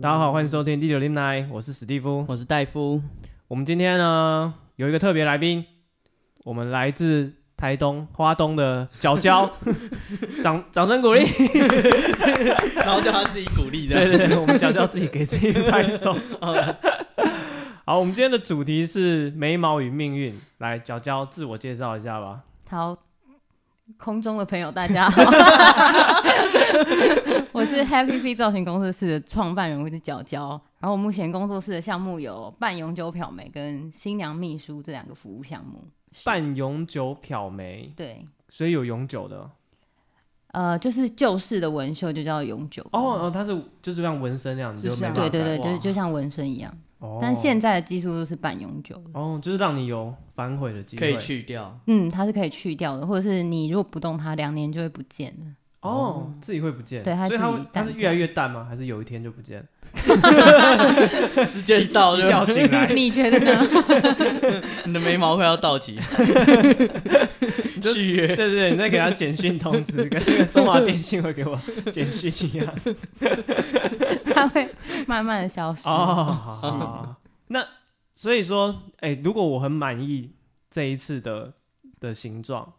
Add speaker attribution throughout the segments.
Speaker 1: 大家好，欢迎收听第九电台，我是史蒂夫。
Speaker 2: 我是戴夫，
Speaker 1: 我们今天呢有一个特别来宾，我们来自台东花东的角 角，掌掌声鼓励。
Speaker 2: 然后叫他自己鼓 励
Speaker 1: 对对对，我们角角自己给自己拍 手。好，我们今天的主题是眉毛与命运。来，角角自我介绍一下吧。
Speaker 3: 好，空中的朋友大家好，我是 Happy Feet 造型工作室的创办人，我是角角。然后我目前工作室的项目有半永久漂眉跟新娘秘书这两个服务项目。
Speaker 1: 半永久漂眉，
Speaker 3: 对，
Speaker 1: 所以有永久的哦
Speaker 3: 呃，就是旧式的纹绣就叫永久
Speaker 1: 哦，哦，它是就是像纹身那样，你就是没
Speaker 2: 像
Speaker 1: 办法
Speaker 3: 对对
Speaker 1: 改
Speaker 3: 对，就是
Speaker 1: 哇
Speaker 3: 就像纹身一样，
Speaker 1: 哦，
Speaker 3: 但现在的技术都是半永久的。
Speaker 1: 哦，就是让你有反悔的机会，
Speaker 2: 可以去掉。
Speaker 3: 嗯，它是可以去掉的，或者是你如果不动它，两年就会不见 了。
Speaker 1: 哦，自己会不见，
Speaker 3: 对它
Speaker 1: 所以它
Speaker 3: 自己
Speaker 1: 会它是
Speaker 3: 淡
Speaker 1: 越来越淡吗？还是有一天就不见？
Speaker 2: 时间到
Speaker 1: 一
Speaker 2: 就
Speaker 1: 觉醒来，
Speaker 3: 你觉得呢？
Speaker 2: 你的眉毛快要到期，续约
Speaker 1: 对对对，你再给他简讯通知， 跟那个中华电信会给我简讯一样。
Speaker 3: 它会慢慢的 消失。
Speaker 1: 哦，好好好那所以说，哎，如果我很满意这一次的的形状，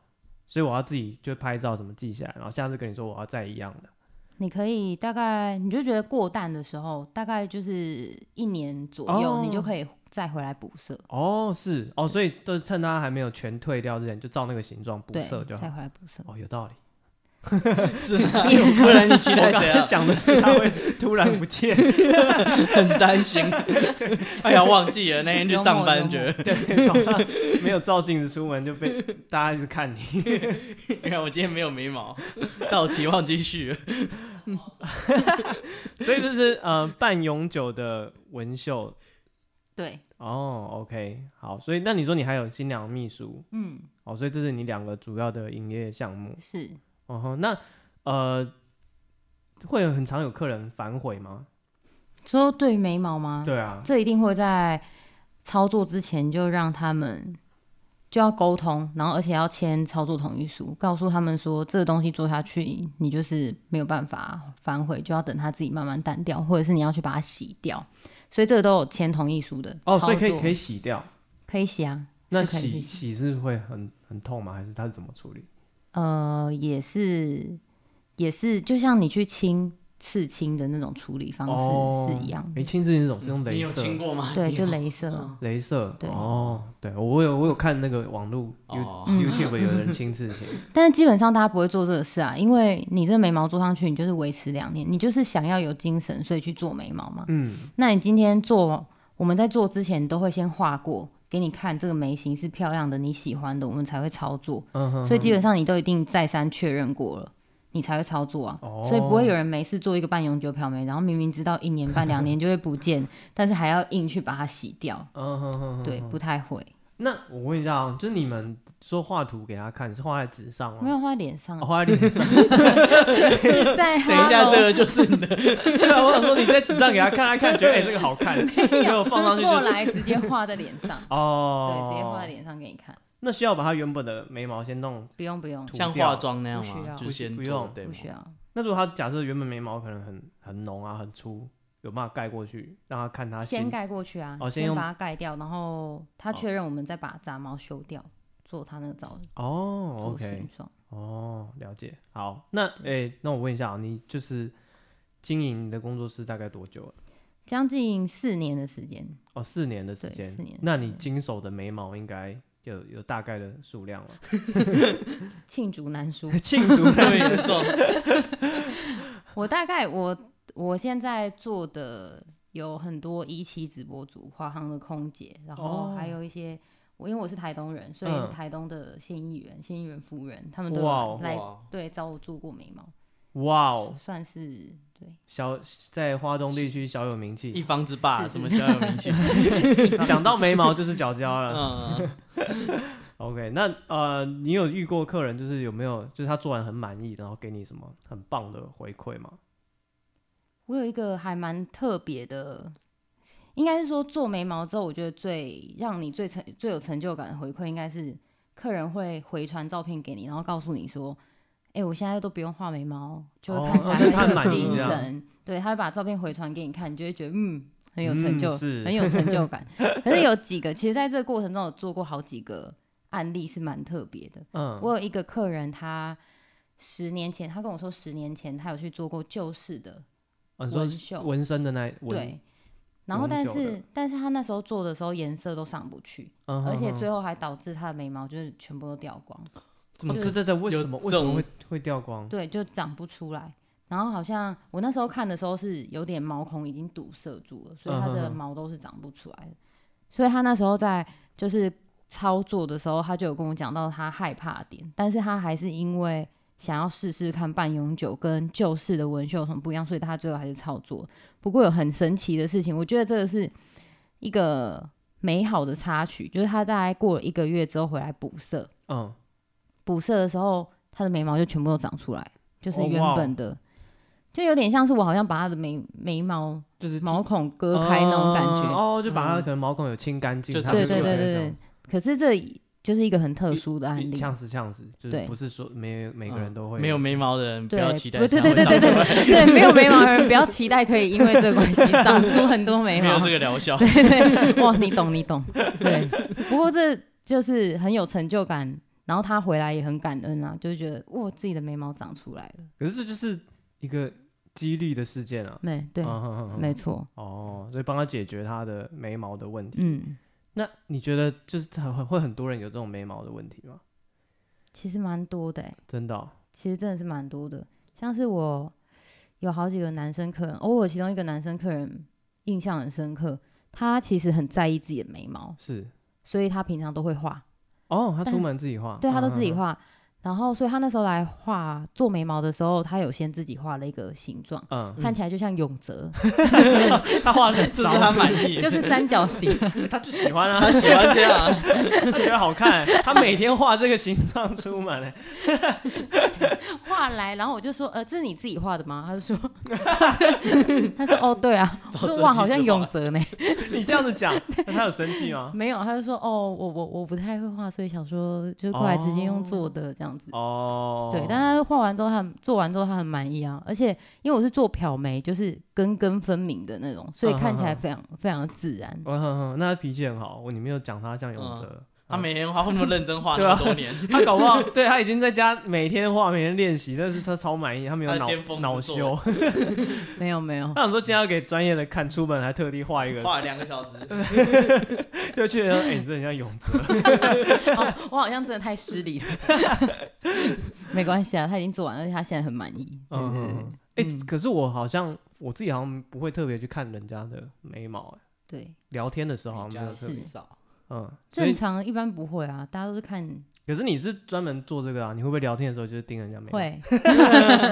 Speaker 1: 所以我要自己就拍照什么记下来，然后下次跟你说我要再一样的。
Speaker 3: 你可以大概你就觉得过淡的时候，大概就是一年左右，
Speaker 1: 哦
Speaker 3: 你就可以再回来补色，
Speaker 1: 哦，是哦，所以就是趁它还没有全退掉之前，就照那个形状补
Speaker 3: 对，
Speaker 1: 色就好
Speaker 3: 再。回来补色。
Speaker 1: 哦，有道理。
Speaker 2: 是啊，
Speaker 3: 也
Speaker 2: 不然你期
Speaker 1: 我
Speaker 2: 待
Speaker 1: 刚
Speaker 2: 怎
Speaker 1: 才
Speaker 2: 样？
Speaker 1: 想的是它会突然不见。
Speaker 2: 很担心。哎呀，忘记了那天去上
Speaker 3: 幽
Speaker 2: 班，
Speaker 3: 默
Speaker 2: 觉得
Speaker 1: 对， 早上没有照镜子出门就被大家一直看你。
Speaker 2: 你看我今天没有眉毛，到期忘记续了。
Speaker 1: 所以这是呃半永久的纹绣
Speaker 3: 对，
Speaker 1: 哦，OK，好，所以那你说你还有新娘秘书
Speaker 3: 嗯，
Speaker 1: 哦，所以这是你两个主要的营业项目。
Speaker 3: 是
Speaker 1: 哦吼，那呃会有很常有客人反悔吗？
Speaker 3: 说对于眉毛吗？
Speaker 1: 对啊，
Speaker 3: 这一定会在操作之前就让他们就要沟通，然后而且要签操作同意书，告诉他们说这个东西做下去你就是没有办法反悔，就要等它自己慢慢淡掉，或者是你要去把它洗掉。所以这个都有签同意书的
Speaker 1: 哦，所以可
Speaker 3: 操
Speaker 1: 以
Speaker 3: 作
Speaker 1: 可以洗掉。
Speaker 3: 可以洗啊，
Speaker 1: 那
Speaker 3: 是可以
Speaker 1: 洗
Speaker 3: 去
Speaker 1: 洗是会很很痛吗？还是他是怎么处理？
Speaker 3: 呃也是也是，就像你去清刺青的那种处理方式、是一样
Speaker 1: 哦没
Speaker 3: 的，
Speaker 1: 亲自那种是用
Speaker 2: 嗯你
Speaker 1: 镭
Speaker 2: 有亲
Speaker 1: 射，
Speaker 2: 过吗？
Speaker 3: 对，
Speaker 2: 你
Speaker 3: 就
Speaker 2: 有
Speaker 3: 镭射。
Speaker 2: 嗯
Speaker 1: 镭射
Speaker 3: 对
Speaker 1: 哦，对我有我有看那个网络 You
Speaker 2: 哦
Speaker 3: 嗯
Speaker 1: YouTube 有人亲自 情，
Speaker 3: 但是基本上大家不会做这个事啊，因为你这眉毛做上去，你就是维持两年，你就是想要有精神，所以去做眉毛嘛。
Speaker 1: 嗯，
Speaker 3: 那你今天做，我们在做之前都会先画过给你看，这个眉形是漂亮的，你喜欢的，我们才会操作。
Speaker 1: 嗯哼
Speaker 3: 所以基本上你都一定再三确认过了，你才会操作啊。
Speaker 1: 哦
Speaker 3: 所以不会有人没事做一个半永久漂眉，然后明明知道一年半两年就会不 见，但是还要硬去把它洗掉。
Speaker 1: 嗯哼哼哼，
Speaker 3: 对，不太会，
Speaker 1: 那我问一下哦，就是你们说画图给他看，是画在纸上
Speaker 3: 没
Speaker 1: 吗？
Speaker 3: 有画脸上
Speaker 1: 哦，， 画在脸上。
Speaker 3: 是在
Speaker 2: 等一下，
Speaker 3: Hello
Speaker 2: 这个就是你的
Speaker 1: 对啊，我想说你在纸上给他看，他看觉得哎、这个好 看，结果放上去
Speaker 3: 过
Speaker 1: 就
Speaker 3: 来直接画在脸上，对，
Speaker 1: 哦，
Speaker 3: 直接画在。脸上给你看，
Speaker 1: 那需要把他原本的眉毛先弄。
Speaker 3: 不用不用
Speaker 1: 涂，
Speaker 2: 像
Speaker 1: 掉
Speaker 2: 化妆那样
Speaker 3: 不需
Speaker 2: 吗？
Speaker 3: 要
Speaker 2: 就先
Speaker 1: 不
Speaker 2: 做
Speaker 1: 用
Speaker 2: 对
Speaker 3: 不
Speaker 2: 吗？
Speaker 3: 需要。
Speaker 1: 那如果他假设原本眉毛可能很很浓啊，很粗，有办法盖过去，让他看他
Speaker 3: 先
Speaker 1: 新
Speaker 3: 盖过去啊，
Speaker 1: 哦先
Speaker 3: 先
Speaker 1: 用
Speaker 3: 把它盖掉，然后他确认我们再把杂毛修掉，做他那个造
Speaker 1: 哦
Speaker 3: 做
Speaker 1: ，OK，
Speaker 3: 形状。
Speaker 1: 哦，了解。好，那哎、那我问一下啊，你就是经营你的工作室大概多久啊了？
Speaker 3: 将近四年的时间，
Speaker 1: 哦，四年的时
Speaker 3: 对
Speaker 1: 间
Speaker 3: 四年。
Speaker 1: 那你经手的眉毛应该有有大概的数量了。
Speaker 3: 罄竹难 书。
Speaker 1: 庆祝
Speaker 2: 这么
Speaker 1: 这
Speaker 2: 严重，
Speaker 3: 我大概我我现在做的有很多一期直播主、华航的空姐，然后
Speaker 1: 哦
Speaker 3: 还有一些。我因为我是台东人，所以
Speaker 1: 嗯
Speaker 3: 台东的县议员、县议员夫人，他们都
Speaker 1: 哇哦
Speaker 3: 有来
Speaker 2: 哇
Speaker 3: 对找我做过眉毛，
Speaker 1: 哇哦，
Speaker 3: 算是对
Speaker 1: 小在花东地区小有名
Speaker 2: 一
Speaker 1: 气。
Speaker 2: 方之霸，
Speaker 3: 是是
Speaker 2: 什么小有名气？
Speaker 1: 讲到眉毛就是 角角了。
Speaker 2: 嗯，
Speaker 1: OK，那呃，你有遇过客人就是有没有就是他做完很满意，然后给你什么很棒的回馈吗？
Speaker 3: 我有一个还蛮特别的，应该是说做眉毛之后，我觉得最让你最成最有成就感的回馈，应该是客人会回传照片给你，然后告诉你说：“哎、我现在都不用画眉毛，就
Speaker 1: 哦
Speaker 3: 会
Speaker 1: 哦
Speaker 3: 看起来
Speaker 1: 就是他
Speaker 3: 很
Speaker 1: 满
Speaker 3: 有
Speaker 1: 意
Speaker 3: 精
Speaker 1: 这样
Speaker 3: 神。对，他会把照片回传给你看，你就会觉得嗯很有成就，
Speaker 1: 嗯是
Speaker 3: 很有成就感。可是有几个，其实在这个过程中有做过好几个案例是蛮特别的。
Speaker 1: 嗯，
Speaker 3: 我有一个客人，他十年前，他跟我说十年前他有去做过旧式的，
Speaker 1: 哦你说
Speaker 3: 纹
Speaker 1: 是
Speaker 3: 绣
Speaker 1: 纹身的那一纹，
Speaker 3: 对。然后
Speaker 1: 蛮
Speaker 3: 但
Speaker 1: 久的
Speaker 3: 是但是他那时候做的时候颜色都上不去，
Speaker 1: 嗯，
Speaker 3: 而且
Speaker 1: 哼
Speaker 3: 最后还导致他的眉毛就是全部都掉光，
Speaker 2: 怎么
Speaker 1: 哦对对对，为
Speaker 2: 有
Speaker 1: 什么为
Speaker 2: 这
Speaker 1: 什么
Speaker 2: 种
Speaker 1: 会会掉光？
Speaker 3: 对，就长不出来。然后好像我那时候看的时候是有点毛孔已经堵塞住了，所以它
Speaker 1: 嗯
Speaker 3: 的
Speaker 1: 哼哼
Speaker 3: 毛都是长不出来的。所以他那时候在就是操作的时候，他就有跟我讲到他害怕的点，但是他还是因为想要试试看半永久跟旧式的纹绣有什么不一样，所以他最后还是操作。不过有很神奇的事情，我觉得这个是一个美好的插曲，就是他大概过了一个月之后回来补色，
Speaker 1: 嗯，
Speaker 3: 补色的时候，他的眉毛就全部都长出来，就是
Speaker 1: 哦
Speaker 3: 原
Speaker 1: 哇哦
Speaker 3: 本的，就有点像是我好像把他的眉眉毛
Speaker 1: 就是
Speaker 3: 毛孔割开那种感
Speaker 1: 嗯
Speaker 3: 觉。
Speaker 1: 哦，就把它可能毛孔有清干净，
Speaker 2: 就
Speaker 1: 它
Speaker 3: 对
Speaker 1: 就
Speaker 3: 对
Speaker 1: 是
Speaker 3: 对
Speaker 1: 有
Speaker 3: 对
Speaker 1: 那
Speaker 3: 对，可是这就是一个很特殊的案
Speaker 1: 种
Speaker 3: 例。
Speaker 1: 呛死呛死，就是
Speaker 3: 对
Speaker 1: 不是说每每个人都会
Speaker 2: 嗯没有眉毛的人不
Speaker 3: 对，
Speaker 2: 要期待
Speaker 3: 不
Speaker 2: 长
Speaker 3: 对
Speaker 2: 得
Speaker 3: 对
Speaker 2: 长出
Speaker 3: 对
Speaker 2: 来，
Speaker 3: 对对对，没有眉毛的人不要期待可以因为这个关系长出很多眉
Speaker 2: 没有
Speaker 3: 毛。
Speaker 2: 这个疗效。
Speaker 3: 对对，哇，你懂你懂。对，不过这就是很有成就感，然后他回来也很感恩啊，就是觉得哇，自己的眉毛长出来了。
Speaker 1: 可是这就是一个激励的事件啊，
Speaker 3: 对对，
Speaker 1: 嗯哼哼哼
Speaker 3: 没错，
Speaker 1: 哦，所以帮他解决他的眉毛的问题。
Speaker 3: 嗯。
Speaker 1: 那你觉得就是很会很多人有这种眉毛的问题吗？
Speaker 3: 其实蛮多的欸、
Speaker 1: 真的哦、
Speaker 3: 其实真的是蛮多的。像是我有好几个男生客人，哦，我其中一个男生客人印象很深刻，他其实很在意自己的眉毛，
Speaker 1: 是
Speaker 3: 所以他平常都会画，
Speaker 1: 哦，他
Speaker 3: 但
Speaker 1: 出门自己画，
Speaker 3: 对他都自己
Speaker 1: 嗯，
Speaker 3: 画。然后，所以他那时候来画做眉毛的时候，他有先自己画了一个形状，
Speaker 1: 嗯，
Speaker 3: 看起来就像永泽，
Speaker 1: 他画的很
Speaker 2: 这
Speaker 1: 糟
Speaker 2: 是他满 意，
Speaker 3: 就是三角形。
Speaker 1: 他就喜欢啊，
Speaker 2: 他喜欢这样啊。
Speaker 1: 他觉得好看，他每天画这个形状出门欸嘞，
Speaker 3: 画来，然后我就说，呃，这是你自己画的吗？他就说， 他说，哦，对啊，我
Speaker 2: 找设
Speaker 3: 说
Speaker 2: 计
Speaker 3: 哇，好像
Speaker 2: 师
Speaker 3: 永
Speaker 2: 画
Speaker 3: 泽呢。
Speaker 1: 你这样子 讲，那他有生气吗？
Speaker 3: 没有，他就说哦，我我我不太会画，所以想说就是过来直接用做的这样子。
Speaker 1: 哦，
Speaker 3: 对，但他画完之后，他很做完之后他很满意啊，而且因为我是做漂眉，就是根根分明的那种，所以
Speaker 1: 嗯
Speaker 3: 看起来
Speaker 1: 嗯嗯
Speaker 3: 非常、非常的自 然。
Speaker 1: 嗯哼哼，那他脾气很好，我你没有讲他像
Speaker 2: 嗯
Speaker 1: 永泽，
Speaker 2: 他每天画那么认真画
Speaker 1: 啊对
Speaker 2: 那
Speaker 1: 啊
Speaker 2: 么多年，
Speaker 1: 他搞不好对他已经在家每天画，每天练习，但是他超满意，他没有
Speaker 2: 他是
Speaker 1: 脑
Speaker 2: 巅峰之
Speaker 1: 恼
Speaker 2: 作
Speaker 1: 羞，
Speaker 3: 没 有没有，
Speaker 1: 他想说今天要给专业的看，出门还特地画一个，啊
Speaker 2: 画了两个小时，
Speaker 1: 就去人哎、你这很像永泽，
Speaker 3: 哦我好像真的太失礼了。 没关系啊，他已经做完了，而且他现在很满意。对
Speaker 1: 嗯
Speaker 3: 对
Speaker 1: 嗯
Speaker 3: 对
Speaker 1: 嗯，哎、可是我好像我自己好像不会特别去看人家的眉毛、哎
Speaker 3: 对，
Speaker 1: 聊天的时候好像没有特
Speaker 3: 是
Speaker 1: 别，
Speaker 2: 少。
Speaker 1: 嗯，所
Speaker 3: 正
Speaker 1: 以
Speaker 3: 常一般不会啊，大家都是看
Speaker 1: 可是你是专门做这个啊？你会不会聊天的时候就是盯人家眉毛？
Speaker 3: 会，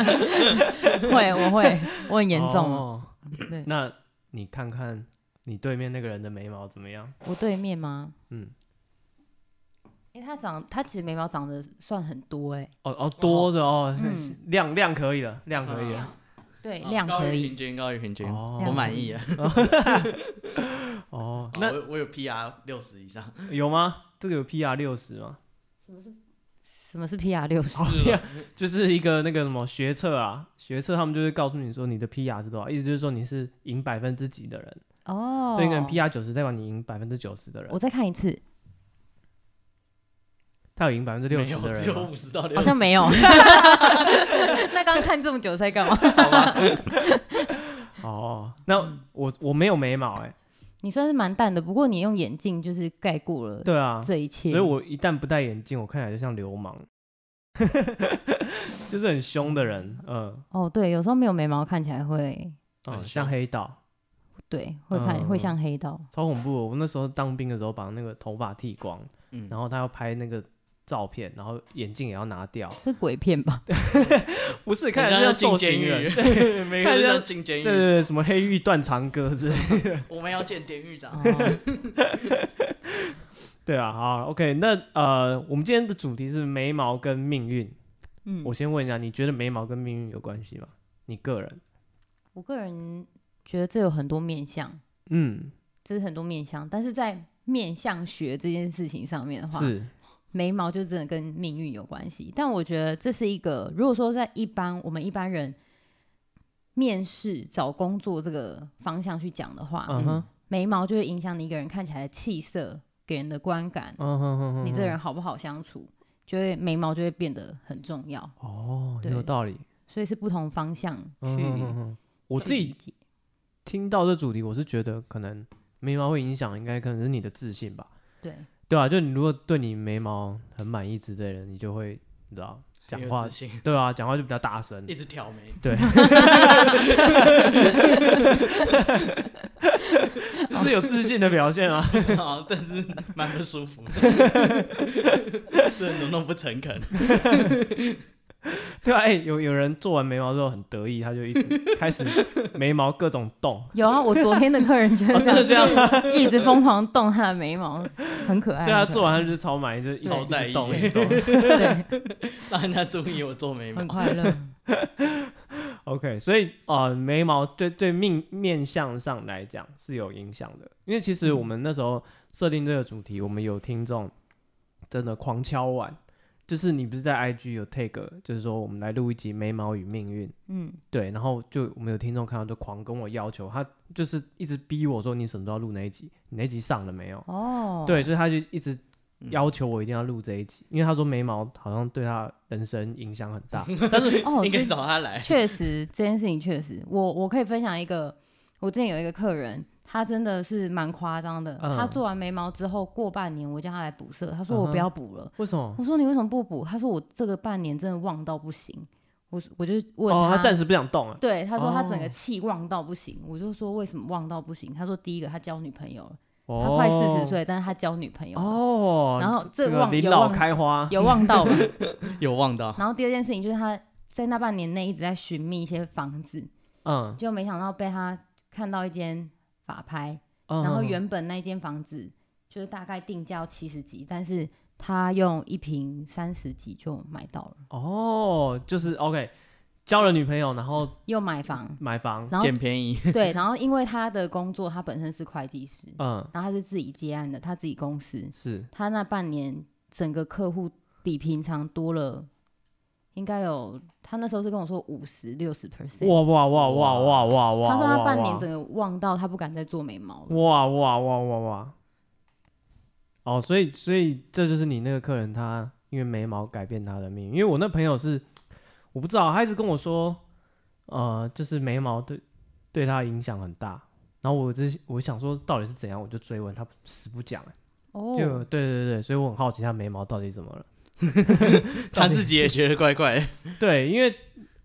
Speaker 3: 会我会，我很严重哦。
Speaker 1: 哦
Speaker 3: 对
Speaker 1: 那你看看你对面那个人的眉毛怎么样？
Speaker 3: 我对面吗？
Speaker 1: 嗯，
Speaker 3: 因为他长，他其实眉毛长得算很多哎、
Speaker 1: 哦哦，多着哦，
Speaker 3: 嗯
Speaker 1: 是量量可以了，量可以哎了。
Speaker 3: 对，
Speaker 2: 啊
Speaker 3: 量
Speaker 2: 高
Speaker 3: 可
Speaker 2: 于
Speaker 3: 以
Speaker 2: 平。均高于平均，
Speaker 1: 哦
Speaker 2: 我满意了。
Speaker 1: 哦，
Speaker 2: 啊
Speaker 1: 那
Speaker 2: 我我有 PR 六十以上，
Speaker 1: 有吗？这个有 PR 六十吗？
Speaker 3: 什么是 PR 六
Speaker 1: 哦
Speaker 3: 十？
Speaker 2: 是吧？
Speaker 1: 就是一个那个什么学测啊，学测他们就会告诉你说你的 PR 是多少，意思就是说你是赢百分之几的人。
Speaker 3: 哦，
Speaker 1: 对一个人 PR 九十，代表你赢百分之九十的人
Speaker 3: 我。再看一次，
Speaker 1: 他有赢百分之
Speaker 2: 没
Speaker 1: 六十
Speaker 2: 有，
Speaker 1: 的
Speaker 2: 只
Speaker 1: 人啊
Speaker 2: 有
Speaker 1: 吗？
Speaker 2: 五十到六十，
Speaker 3: 好像没 有。那刚刚看这么久在干嘛？
Speaker 1: 哦，那我我没有眉毛哎、
Speaker 3: 你算是蛮淡的，不过你用眼镜就是盖过了
Speaker 1: 对啊，
Speaker 3: 嗯这一切。
Speaker 1: 所以我一旦不戴眼镜，我看起来就像流氓， 就是很凶的人，嗯，
Speaker 3: 哦，对，有时候没有眉毛看起来会，
Speaker 1: 哦
Speaker 2: 很
Speaker 1: 像
Speaker 2: 凶
Speaker 1: 黑道，
Speaker 3: 对，会看、
Speaker 1: 嗯
Speaker 3: 会像黑道。
Speaker 1: 超恐怖的。我那时候当兵的时候，把那个头发剃光，
Speaker 2: 嗯
Speaker 1: 然后他要拍那个照片，然后眼镜也要拿掉，
Speaker 3: 是鬼片吧？
Speaker 1: 不是
Speaker 2: 好
Speaker 1: 看起来
Speaker 2: 像要
Speaker 1: 像
Speaker 2: 进
Speaker 1: 受
Speaker 2: 监
Speaker 1: 刑
Speaker 2: 狱
Speaker 1: 人，，
Speaker 2: 每个人都要进监
Speaker 1: 对对
Speaker 2: 狱，
Speaker 1: 对，什么黑狱断肠歌之类 的，
Speaker 2: 我们要见典狱长。
Speaker 3: 哦、
Speaker 1: 对啊，好，OK，那呃，我们今天的主题是眉毛跟命运，
Speaker 3: 嗯，
Speaker 1: 我先问一下，你觉得眉毛跟命运有关系吗？你个人，
Speaker 3: 我个人觉得这有很多面相，
Speaker 1: 嗯，
Speaker 3: 这是很多面相，但是在面相学这件事情上面的话，
Speaker 1: 是，
Speaker 3: 眉毛就真的跟命运有关系。但我觉得这是一个，如果说在一般我们一般人面试找工作这个方向去讲的话，
Speaker 1: 嗯哼，
Speaker 3: 眉毛就会影响你一个人看起来的气色，给人的观感，
Speaker 1: 嗯哼哼哼，
Speaker 3: 你这人好不好相处，就会眉毛就会变得很重要，
Speaker 1: 哦，
Speaker 3: 对
Speaker 1: 有道理。
Speaker 3: 所以是不同方向去、
Speaker 1: 嗯哼哼哼，我
Speaker 3: 去
Speaker 1: 自己
Speaker 3: 理解
Speaker 1: 听到这主题，我是觉得可能眉毛会影响，应该可能是你的自信吧，
Speaker 3: 对
Speaker 1: 对啊，就你如果对你眉毛很满意之类的，你就会你知道讲
Speaker 2: 很有
Speaker 1: 话
Speaker 2: 自，信
Speaker 1: 对啊，讲话就比较大声
Speaker 2: 一。直挑 眉，
Speaker 1: 对，这是有自信的表现啊！
Speaker 2: 好，但是蛮不 舒服的，这人怎么那么不诚恳？
Speaker 1: 对啊，哎、有有人做完眉毛之后很得意，他就一直开始眉毛各种动。
Speaker 3: 有 啊，我昨天的客人就是
Speaker 1: 哦真的这样？
Speaker 3: 一直疯狂动他的眉毛，很可爱。
Speaker 1: 对啊，
Speaker 3: 很可爱
Speaker 1: 做完他就是超满意，就是一直
Speaker 2: 超在
Speaker 1: 一直
Speaker 2: 意
Speaker 1: 动，一直 动。
Speaker 3: 对，
Speaker 2: 让人家注意我做眉毛
Speaker 3: 很，快乐。
Speaker 1: OK，所以呃，眉毛对对面面相上来讲是有影响的，因为其实我们那时候设定这个主题，我们有听众真的狂敲碗，就是你不是在 IG 有 take，就是说我们来录一集眉毛与命运，
Speaker 3: 嗯，
Speaker 1: 对，然后就我们有听众看到就狂跟我要求，他就是一直逼我说你什么时候要录那一集，你那一集上了没有？
Speaker 3: 哦，
Speaker 1: 对，，所以他就一直
Speaker 2: 嗯
Speaker 1: 要求我一定要录这一集，因为他说眉毛好像对他人生影响很 大，但是
Speaker 3: 哦，
Speaker 2: 应该
Speaker 3: 这
Speaker 2: 找他来。
Speaker 3: 确实这件事情确实，我我可以分享一个，我之前有一个客人，他真的是蛮夸张的，
Speaker 1: 嗯
Speaker 3: 他做完眉毛之后过半年，我叫他来补色，他说
Speaker 1: 嗯哼
Speaker 3: 我不要补了，
Speaker 1: 为什么？
Speaker 3: 我说你为什么不补？他说我这个半年真的旺到不行，我我就 问
Speaker 1: 哦，他
Speaker 3: 他
Speaker 1: 暂时不想动了。
Speaker 3: 对，他说他整
Speaker 1: 哦
Speaker 3: 个气旺到不行，我就说为什么旺到不行？他说第一个他交女朋友了，他
Speaker 1: 哦，
Speaker 3: 快四十岁，但是他交女朋友了，
Speaker 1: 哦，
Speaker 3: 然后
Speaker 1: 这
Speaker 3: 这
Speaker 1: 个
Speaker 3: 旺
Speaker 1: 临
Speaker 3: 有
Speaker 1: 老
Speaker 3: 旺
Speaker 1: 开花，
Speaker 3: 有旺 到吧？
Speaker 2: 有望到，
Speaker 3: 然后第二件事情就是他在那半年内一直在寻觅一些房子，
Speaker 1: 嗯，
Speaker 3: 就没想到被他看到一间法拍，
Speaker 1: 嗯
Speaker 3: 然后
Speaker 1: 嗯
Speaker 3: 原本那间房子就是大概定价七十几，但是他用一瓶三十几就买到了，
Speaker 1: 哦，就是 OK，交了女朋友，然后，
Speaker 3: 又买房
Speaker 1: 买房，
Speaker 3: 然后
Speaker 2: 捡便宜，
Speaker 3: 对，然后因为他的工作他本身是会计师，
Speaker 1: 嗯，
Speaker 3: 然后他是自己接案的，他自己公司，
Speaker 1: 是
Speaker 3: 他那半年整个客户比平常多了。应该有，他那时候是跟我说五十六十 percent，
Speaker 1: 哇哇哇哇哇哇哇，
Speaker 3: 他说他
Speaker 1: 哇
Speaker 3: 半年
Speaker 1: 哇
Speaker 3: 整个旺到他不敢再做眉毛了。
Speaker 1: 哇哇哇哇哇！哦，所以所以这就是你那个客人他因为眉毛改变他的命运，因为我那朋友是我不知道，他一直跟我说，呃，就是眉毛对对他影响很大。然后我之我想说到底是怎样，我就追问他，死不讲、欸
Speaker 3: 哦，
Speaker 1: 就对对对，所以我很好奇他眉毛到底怎么了。
Speaker 2: 他自己也觉得怪怪的。
Speaker 1: 对，因为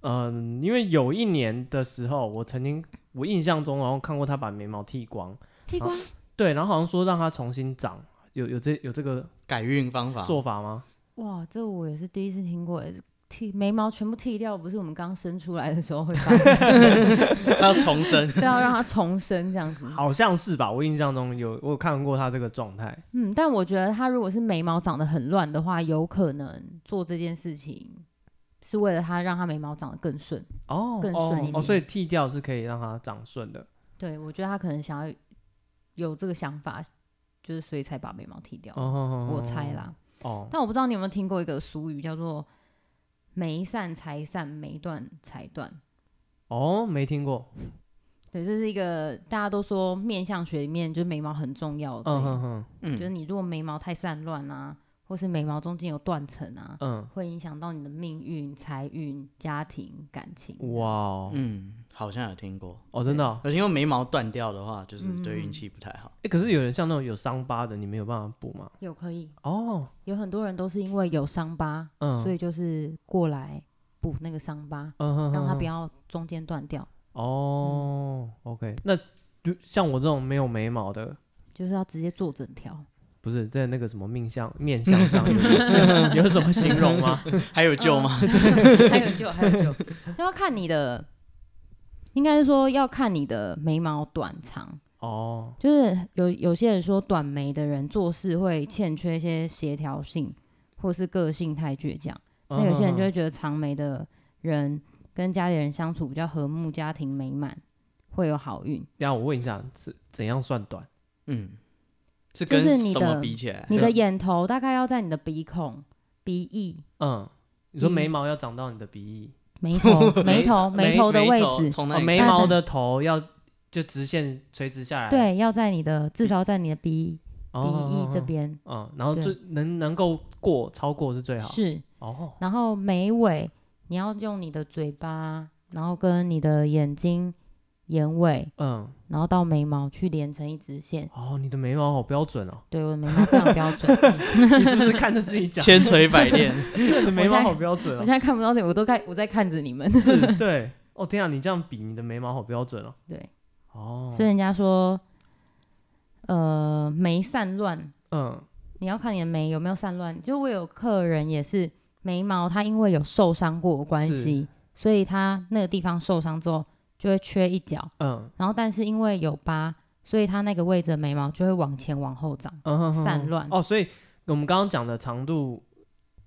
Speaker 1: 嗯、因为有一年的时候，我曾经我印象中，然后看过他把眉毛剃光，
Speaker 3: 剃光
Speaker 1: 对，然后好像说让他重新长，有有这有这个
Speaker 2: 改运方法，
Speaker 1: 做法吗？
Speaker 3: 哇，这我也是第一次听过耶，剃眉毛全部剃掉，不是我们刚生出来的 时候会发生，
Speaker 2: 他要重 生，
Speaker 3: 都要让它重生这样子。
Speaker 1: 好像是吧，我印象中有我有看过他这个状态。
Speaker 3: 嗯，但我觉得他如果是眉毛长得很乱的话，有可能做这件事情是为了他让他眉毛长得更顺。
Speaker 1: 哦
Speaker 3: 更顺
Speaker 1: 哦
Speaker 3: 一点
Speaker 1: 哦，所以剃掉是可以让它长顺的。
Speaker 3: 对，我觉得他可能想要有这个想法，就是所以才把眉毛剃掉，
Speaker 1: 哦，
Speaker 3: 我猜。啦。
Speaker 1: 哦，
Speaker 3: 但我不知道你有没有听过一个俗语，叫做“眉散才散，眉断才断”。
Speaker 1: 哦，没听过。
Speaker 3: 对，这是一个大家都说面相学里面，就是眉毛很重要的
Speaker 1: 嗯
Speaker 3: 东西。
Speaker 1: 哼哼，
Speaker 3: 就是
Speaker 2: 嗯，
Speaker 3: 你如果眉毛太散乱啊，或是眉毛中间有断层啊，
Speaker 1: 嗯，
Speaker 3: 会影响到你的命运、财运、家庭、感情。
Speaker 1: 哇，哦，
Speaker 2: 嗯，好像有听过，
Speaker 1: 哦，真的哦。
Speaker 2: 有听过眉毛断掉的话，就是对
Speaker 3: 嗯
Speaker 2: 运气不太好。
Speaker 1: 哎，可是有人像那种有伤疤的，你没有办法补吗？
Speaker 3: 有可以，
Speaker 1: 哦，
Speaker 3: 有很多人都是因为有伤疤，
Speaker 1: 嗯，
Speaker 3: 所
Speaker 1: 以，
Speaker 3: 以就是过来补那个伤疤，
Speaker 1: 嗯哼，
Speaker 3: 让它不
Speaker 1: 要。
Speaker 3: 要嗯中间断掉，
Speaker 1: 哦，OK，那就像我这种没有眉毛的，
Speaker 3: 就是要直接做整条。
Speaker 1: 不是在那个什么面相面相上 有有什么形容吗？
Speaker 2: 还有救吗？
Speaker 3: 还有救，还有救，就要看你的，应该是说要看你的眉毛短长。
Speaker 1: 哦，
Speaker 3: 就是有有些人说短眉的人做事会欠缺一些协调性，或是个性太倔强。
Speaker 1: 嗯
Speaker 3: 那有些人就会觉得长眉的人跟家里人相处比较和睦，家庭美满，会有好运。
Speaker 1: 等一下我问一下，是怎样算短？
Speaker 2: 嗯，是
Speaker 3: 就是
Speaker 2: 跟
Speaker 3: 你
Speaker 2: 什么
Speaker 3: 的
Speaker 2: 比起来？
Speaker 3: 你的眼头大概要在你的鼻孔、鼻翼，
Speaker 1: 嗯，你说
Speaker 3: 嗯
Speaker 1: 眉毛要长到你的鼻翼，
Speaker 3: 眉 头眉头
Speaker 2: 眉
Speaker 3: 头的位
Speaker 2: 头
Speaker 3: 置，
Speaker 2: 从那
Speaker 1: 哦，
Speaker 2: 里
Speaker 1: 眉
Speaker 3: 大
Speaker 1: 毛
Speaker 3: 神
Speaker 1: 的头要就直线垂直下来，，
Speaker 3: 对，要在你的至少在你的鼻鼻
Speaker 1: 哦
Speaker 3: 翼这，边
Speaker 1: 嗯，然后
Speaker 3: 对
Speaker 1: 最能能够过超过是最好，
Speaker 3: 是，
Speaker 1: 哦，
Speaker 3: 然后眉尾你要用你的嘴巴，然后跟你的眼睛、眼尾，
Speaker 1: 嗯，
Speaker 3: 然后到眉毛去连成一直线。
Speaker 1: 哦，你的眉毛好标准 哦，
Speaker 3: 对，我的眉毛非常标 准，
Speaker 1: 你是不是看着自己讲？
Speaker 2: 千锤百炼，
Speaker 1: 你的眉毛
Speaker 3: 我现在
Speaker 1: 好标准
Speaker 3: 我
Speaker 1: 哦
Speaker 3: 现，在看不到你，我都看我在看着你们。
Speaker 1: 是，对，哦，天啊，你这样比，你的眉毛好标准哦，
Speaker 3: 对，
Speaker 1: 哦，
Speaker 3: 所以人家说，呃，眉散乱，
Speaker 1: 嗯，
Speaker 3: 你要看你的眉有没有散乱。就我有客人也是眉毛，他因为有受伤过的关
Speaker 1: 是
Speaker 3: 系，所以他那个地方受伤之后就会缺一角，
Speaker 1: 嗯
Speaker 3: 然后但是因为有疤，所以他那个位置的眉毛就会往前往后长，
Speaker 1: 嗯哼哼
Speaker 3: 散乱。
Speaker 1: 哦，所以我们刚刚讲的长度，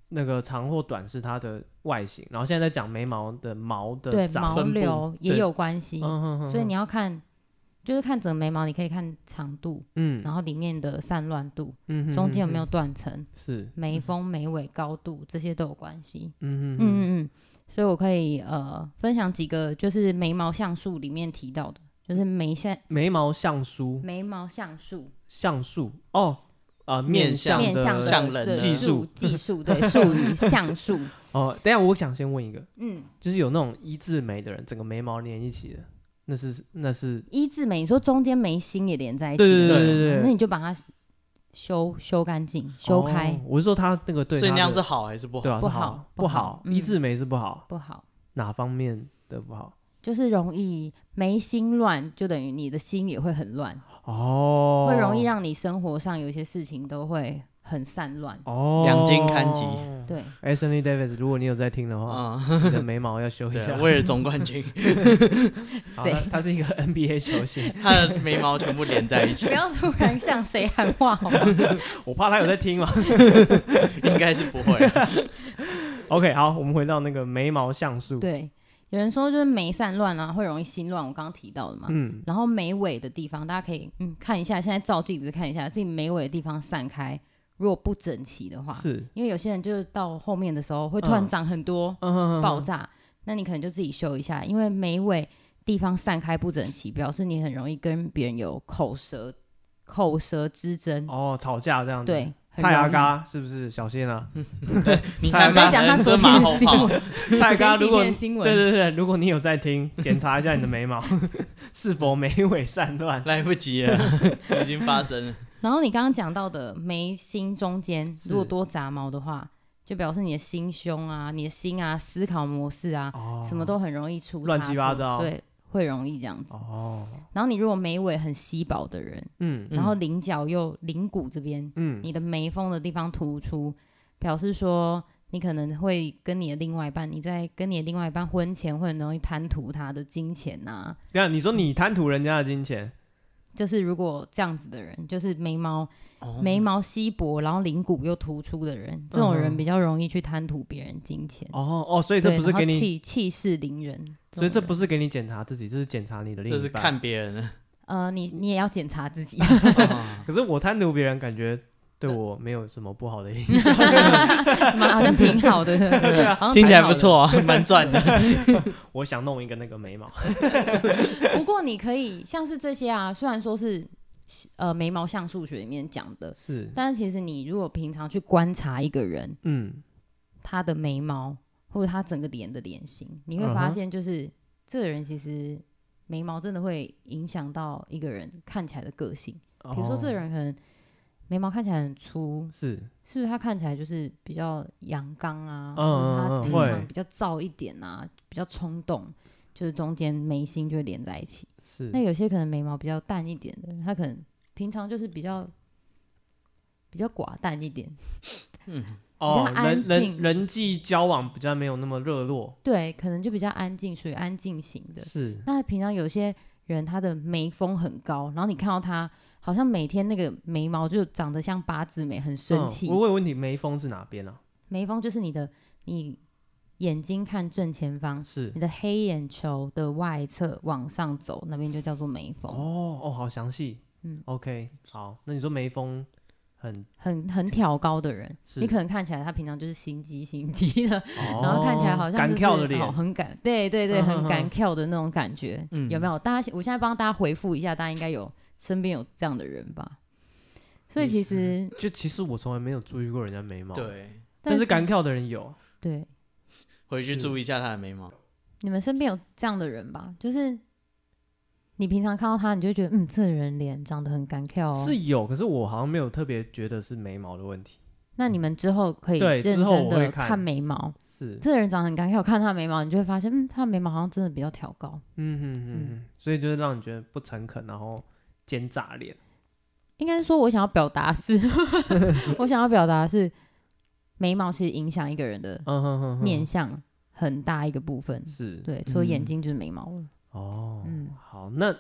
Speaker 1: 那个长或短是它的外形，然后现在在讲眉毛的毛的
Speaker 3: 对，
Speaker 1: 长，
Speaker 3: 毛
Speaker 2: 分布
Speaker 3: 流也
Speaker 1: 对
Speaker 3: 有关系，
Speaker 1: 嗯哼哼
Speaker 3: 所以你
Speaker 1: 哼
Speaker 3: 要看，就是看整个眉毛，你可以看长度，
Speaker 1: 嗯
Speaker 3: 然后里面的散乱度，
Speaker 1: 嗯哼
Speaker 3: 中
Speaker 1: 哼
Speaker 3: 间有没
Speaker 1: 哼
Speaker 3: 有断层，
Speaker 1: 是
Speaker 3: 眉峰、眉尾高度这些都有关系。
Speaker 1: 嗯哼哼
Speaker 3: 嗯嗯嗯，所以我可以呃分享几个，就是眉毛像素里面提到的，就是眉线
Speaker 1: 眉毛像素
Speaker 3: 眉毛像素
Speaker 1: 像素哦啊、呃
Speaker 2: 面
Speaker 1: 相
Speaker 2: 像
Speaker 3: 面向
Speaker 1: 的
Speaker 2: 像人
Speaker 3: 的
Speaker 2: 的
Speaker 1: 技术
Speaker 3: 技术对术语 像素，
Speaker 1: 哦，等一下我想先问一个，
Speaker 3: 嗯，
Speaker 1: 就是有那种一字眉的人，整个眉毛连一起的，那是那是
Speaker 3: 一字眉，你说中间眉心也连在一起，
Speaker 1: 对对对
Speaker 2: 对
Speaker 1: 对
Speaker 3: 哦那
Speaker 1: 对，
Speaker 3: 你就把它修修干净，修开、
Speaker 1: 哦我是说他那个对，
Speaker 2: 所以那样是
Speaker 1: 是
Speaker 2: 好还是不好？
Speaker 1: 对啊，
Speaker 3: 不
Speaker 1: 是
Speaker 3: 好
Speaker 1: 不
Speaker 3: 不
Speaker 1: 好
Speaker 3: 好，
Speaker 1: 一
Speaker 3: 嗯
Speaker 1: 字眉是不好，
Speaker 3: 不好，
Speaker 1: 哪方面的不好？
Speaker 3: 就是容易眉心乱，就等于你的心也会很乱，
Speaker 1: 哦，
Speaker 3: 会容易让你生活上有一些事情都会很散乱，
Speaker 1: 哦
Speaker 2: 两斤看集
Speaker 3: 对。
Speaker 1: s n e Davis，如果你有在听的话，
Speaker 2: 啊、
Speaker 1: 你的眉毛要修一
Speaker 2: 对
Speaker 1: 下
Speaker 2: 啊，。为了总冠 军，
Speaker 1: 好
Speaker 3: 谁
Speaker 1: 他他是一个 NBA 球星，
Speaker 2: 他的眉毛全部连在一起
Speaker 3: 不，要突然向谁喊话 好吗？
Speaker 1: 我怕他有在听嘛。哦
Speaker 2: 应该是不 会啊、
Speaker 1: OK，好，我们回到那个眉毛像素。
Speaker 3: 对，有人说就是眉散乱啊，会容易心乱，我刚刚提到的嘛。
Speaker 1: 嗯，
Speaker 3: 然后眉尾的地方，大家可以嗯看一下，现在照镜子看一下自己眉尾的地方散开，如果不整齐的话，
Speaker 1: 是，
Speaker 3: 因为有些人就是到后面的时候会突然
Speaker 1: 嗯
Speaker 3: 长很多、
Speaker 1: 嗯哼哼
Speaker 3: 爆
Speaker 1: 哼，
Speaker 3: 炸，那你可能就自己修一下，因为眉尾地方散开不整齐，表示你很容易跟别人有口舌口舌之争，
Speaker 1: 哦，吵架这样子。，
Speaker 3: 对，很
Speaker 1: 蔡阿
Speaker 3: 容易。
Speaker 1: 嘎是不是？小心啊，
Speaker 2: 你
Speaker 1: 蔡
Speaker 2: 才
Speaker 1: 阿
Speaker 3: 我在 讲他昨
Speaker 2: 真
Speaker 3: 天
Speaker 2: 马
Speaker 3: 的
Speaker 2: 后
Speaker 3: 新
Speaker 2: 炮，
Speaker 3: 闻，
Speaker 1: 哦蔡阿嘎，
Speaker 3: 前
Speaker 1: 如
Speaker 3: 几
Speaker 1: 果
Speaker 3: 天的新闻，
Speaker 1: 对对对，如果你有在听，检查一下你的眉毛 是否眉尾散乱。
Speaker 2: 来不及 了，已经发生了。
Speaker 3: 然后你刚刚讲到的眉心中间，
Speaker 1: 是
Speaker 3: 如果多杂毛的话，就表示你的心胸啊、你的心啊、思考模式啊，
Speaker 1: 哦，
Speaker 3: 什么都很容易出
Speaker 1: 乱
Speaker 3: 差
Speaker 1: 七八
Speaker 3: 错
Speaker 1: 糟
Speaker 3: 对，会容易这样子。
Speaker 1: 哦，
Speaker 3: 然后你如果眉尾很稀薄的人，
Speaker 1: 嗯
Speaker 3: 然后棱角又棱骨这边，
Speaker 1: 嗯，
Speaker 3: 你的眉峰的地方突出，表示说你可能会跟你的另外一半，你在跟你的另外一半婚前会很容易贪图他的金钱啊，
Speaker 1: 这样你说你贪图人家的金钱，
Speaker 3: 就是如果这样子的人，就是眉毛、
Speaker 1: 嗯
Speaker 2: 哦
Speaker 3: 眉毛稀薄，然后棱骨又突出的人，这种
Speaker 1: 嗯哼
Speaker 3: 人比较容易去贪图别人金钱。
Speaker 1: 哦哦，所以
Speaker 3: 嗯对，
Speaker 1: 这不是
Speaker 3: 然后
Speaker 1: 给你，
Speaker 3: 气气势凌人，
Speaker 1: 所以这
Speaker 3: 种人
Speaker 1: 不是给你检查自己，这是检查你的另
Speaker 2: 这
Speaker 1: 一
Speaker 2: 是
Speaker 1: 半。
Speaker 2: 看别人 了。
Speaker 3: 呃，你你也要检查 自己。
Speaker 2: 哦
Speaker 1: 可是我贪图别人，感觉对我没有什么不好的 影响。
Speaker 3: 蛮好像挺好 的，对啊，好像
Speaker 2: 听起来
Speaker 3: 蛮好
Speaker 2: 不
Speaker 3: 的。
Speaker 2: 错 啊，蛮赚的。
Speaker 1: 我想弄一个那个眉毛，
Speaker 3: 不过你可以像是这些啊，虽然说是呃眉毛像数学里面讲的，
Speaker 1: 是，
Speaker 3: 但 是其实你如果平常去观察一个人，
Speaker 1: 嗯，
Speaker 3: 他的眉毛或者他整个脸的脸型，你会
Speaker 1: 嗯
Speaker 3: 发
Speaker 1: 哼
Speaker 3: 现，就是、这个人其实眉毛真的会影响到一个人看起来的个性。
Speaker 1: 比
Speaker 3: 比如说，这个人可能眉毛看起来很粗，
Speaker 1: 是，
Speaker 3: 是不是他看起来就是比较阳刚啊，
Speaker 1: 嗯嗯嗯
Speaker 3: 或者
Speaker 1: 会
Speaker 3: 是他平常比较躁一点啊，比较冲动，就是中间眉心就会连在一起。
Speaker 1: 是
Speaker 3: 那，有些可能眉毛比较淡一点的，他可能平常就是比较比较寡淡一点，
Speaker 1: 哦
Speaker 3: 比，较
Speaker 1: 人
Speaker 3: 安
Speaker 1: 人
Speaker 3: 静
Speaker 1: 人际交往比较没有那么热络，
Speaker 3: 对，可能就比较安静，属于安静型的。
Speaker 1: 是，
Speaker 3: 那平常有些人他的眉峰很高，然后你看到他好像每天那个眉毛就长得像八字眉，很生
Speaker 1: 嗯
Speaker 3: 气。
Speaker 1: 我有问题，眉峰是哪边啊？
Speaker 3: 眉峰就是你的你眼睛看正前方，
Speaker 1: 是
Speaker 3: 你，的黑眼球的外侧往上走，
Speaker 1: 哦
Speaker 3: 那边就叫做眉峰。
Speaker 1: 哦哦，好详细，嗯
Speaker 3: 嗯
Speaker 1: ，OK，好，那你说眉峰很
Speaker 3: 很很挑高的人，
Speaker 1: 是
Speaker 3: 你可能看起来他平常就是心机心机的，
Speaker 1: 哦
Speaker 3: 然后看起来好像
Speaker 1: 敢
Speaker 3: 就是
Speaker 1: 跳的脸
Speaker 3: 哦，很敢，对对对，
Speaker 1: 嗯
Speaker 3: 很
Speaker 1: 嗯嗯
Speaker 3: 敢跳的那种感觉，
Speaker 2: 嗯
Speaker 3: 有没有？大家，我现在帮大家回复一下，大家应该有身边有这样的人吧？所以
Speaker 1: 你
Speaker 3: 其实，
Speaker 1: 就其实我从来没有注意过人家眉毛，，
Speaker 2: 对，
Speaker 1: 但是敢跳的人有，
Speaker 3: 对，
Speaker 2: 回去
Speaker 1: 是
Speaker 2: 注意一下他的眉毛。
Speaker 3: 你们身边有这样的人吧？就是你平常看到他，你就会觉得，嗯，这个人脸长得很敢跳哦
Speaker 1: 是。有，可是我好像没有特别觉得是眉毛的问题，
Speaker 3: 那你们之后可以
Speaker 1: 对
Speaker 3: 认
Speaker 1: 之后
Speaker 3: 真
Speaker 1: 我会
Speaker 3: 的
Speaker 1: 看
Speaker 3: 看眉毛，
Speaker 1: 是，
Speaker 3: 这个人长得很敢跳，看他的眉毛，你就会发现，嗯，他的眉毛好像真的比较挑高。
Speaker 1: 嗯哼哼哼，所以就是让你觉得不诚恳，然后奸诈脸，
Speaker 3: 应该说，我想要表达是， 我想要表达是，眉毛其实影响一个人的
Speaker 1: 嗯哼哼哼，
Speaker 3: 面相很大一个部分。
Speaker 1: 是，
Speaker 3: 对，除了眼
Speaker 1: 嗯
Speaker 3: 睛就是眉毛了。
Speaker 1: 哦，
Speaker 3: 嗯
Speaker 1: 好，那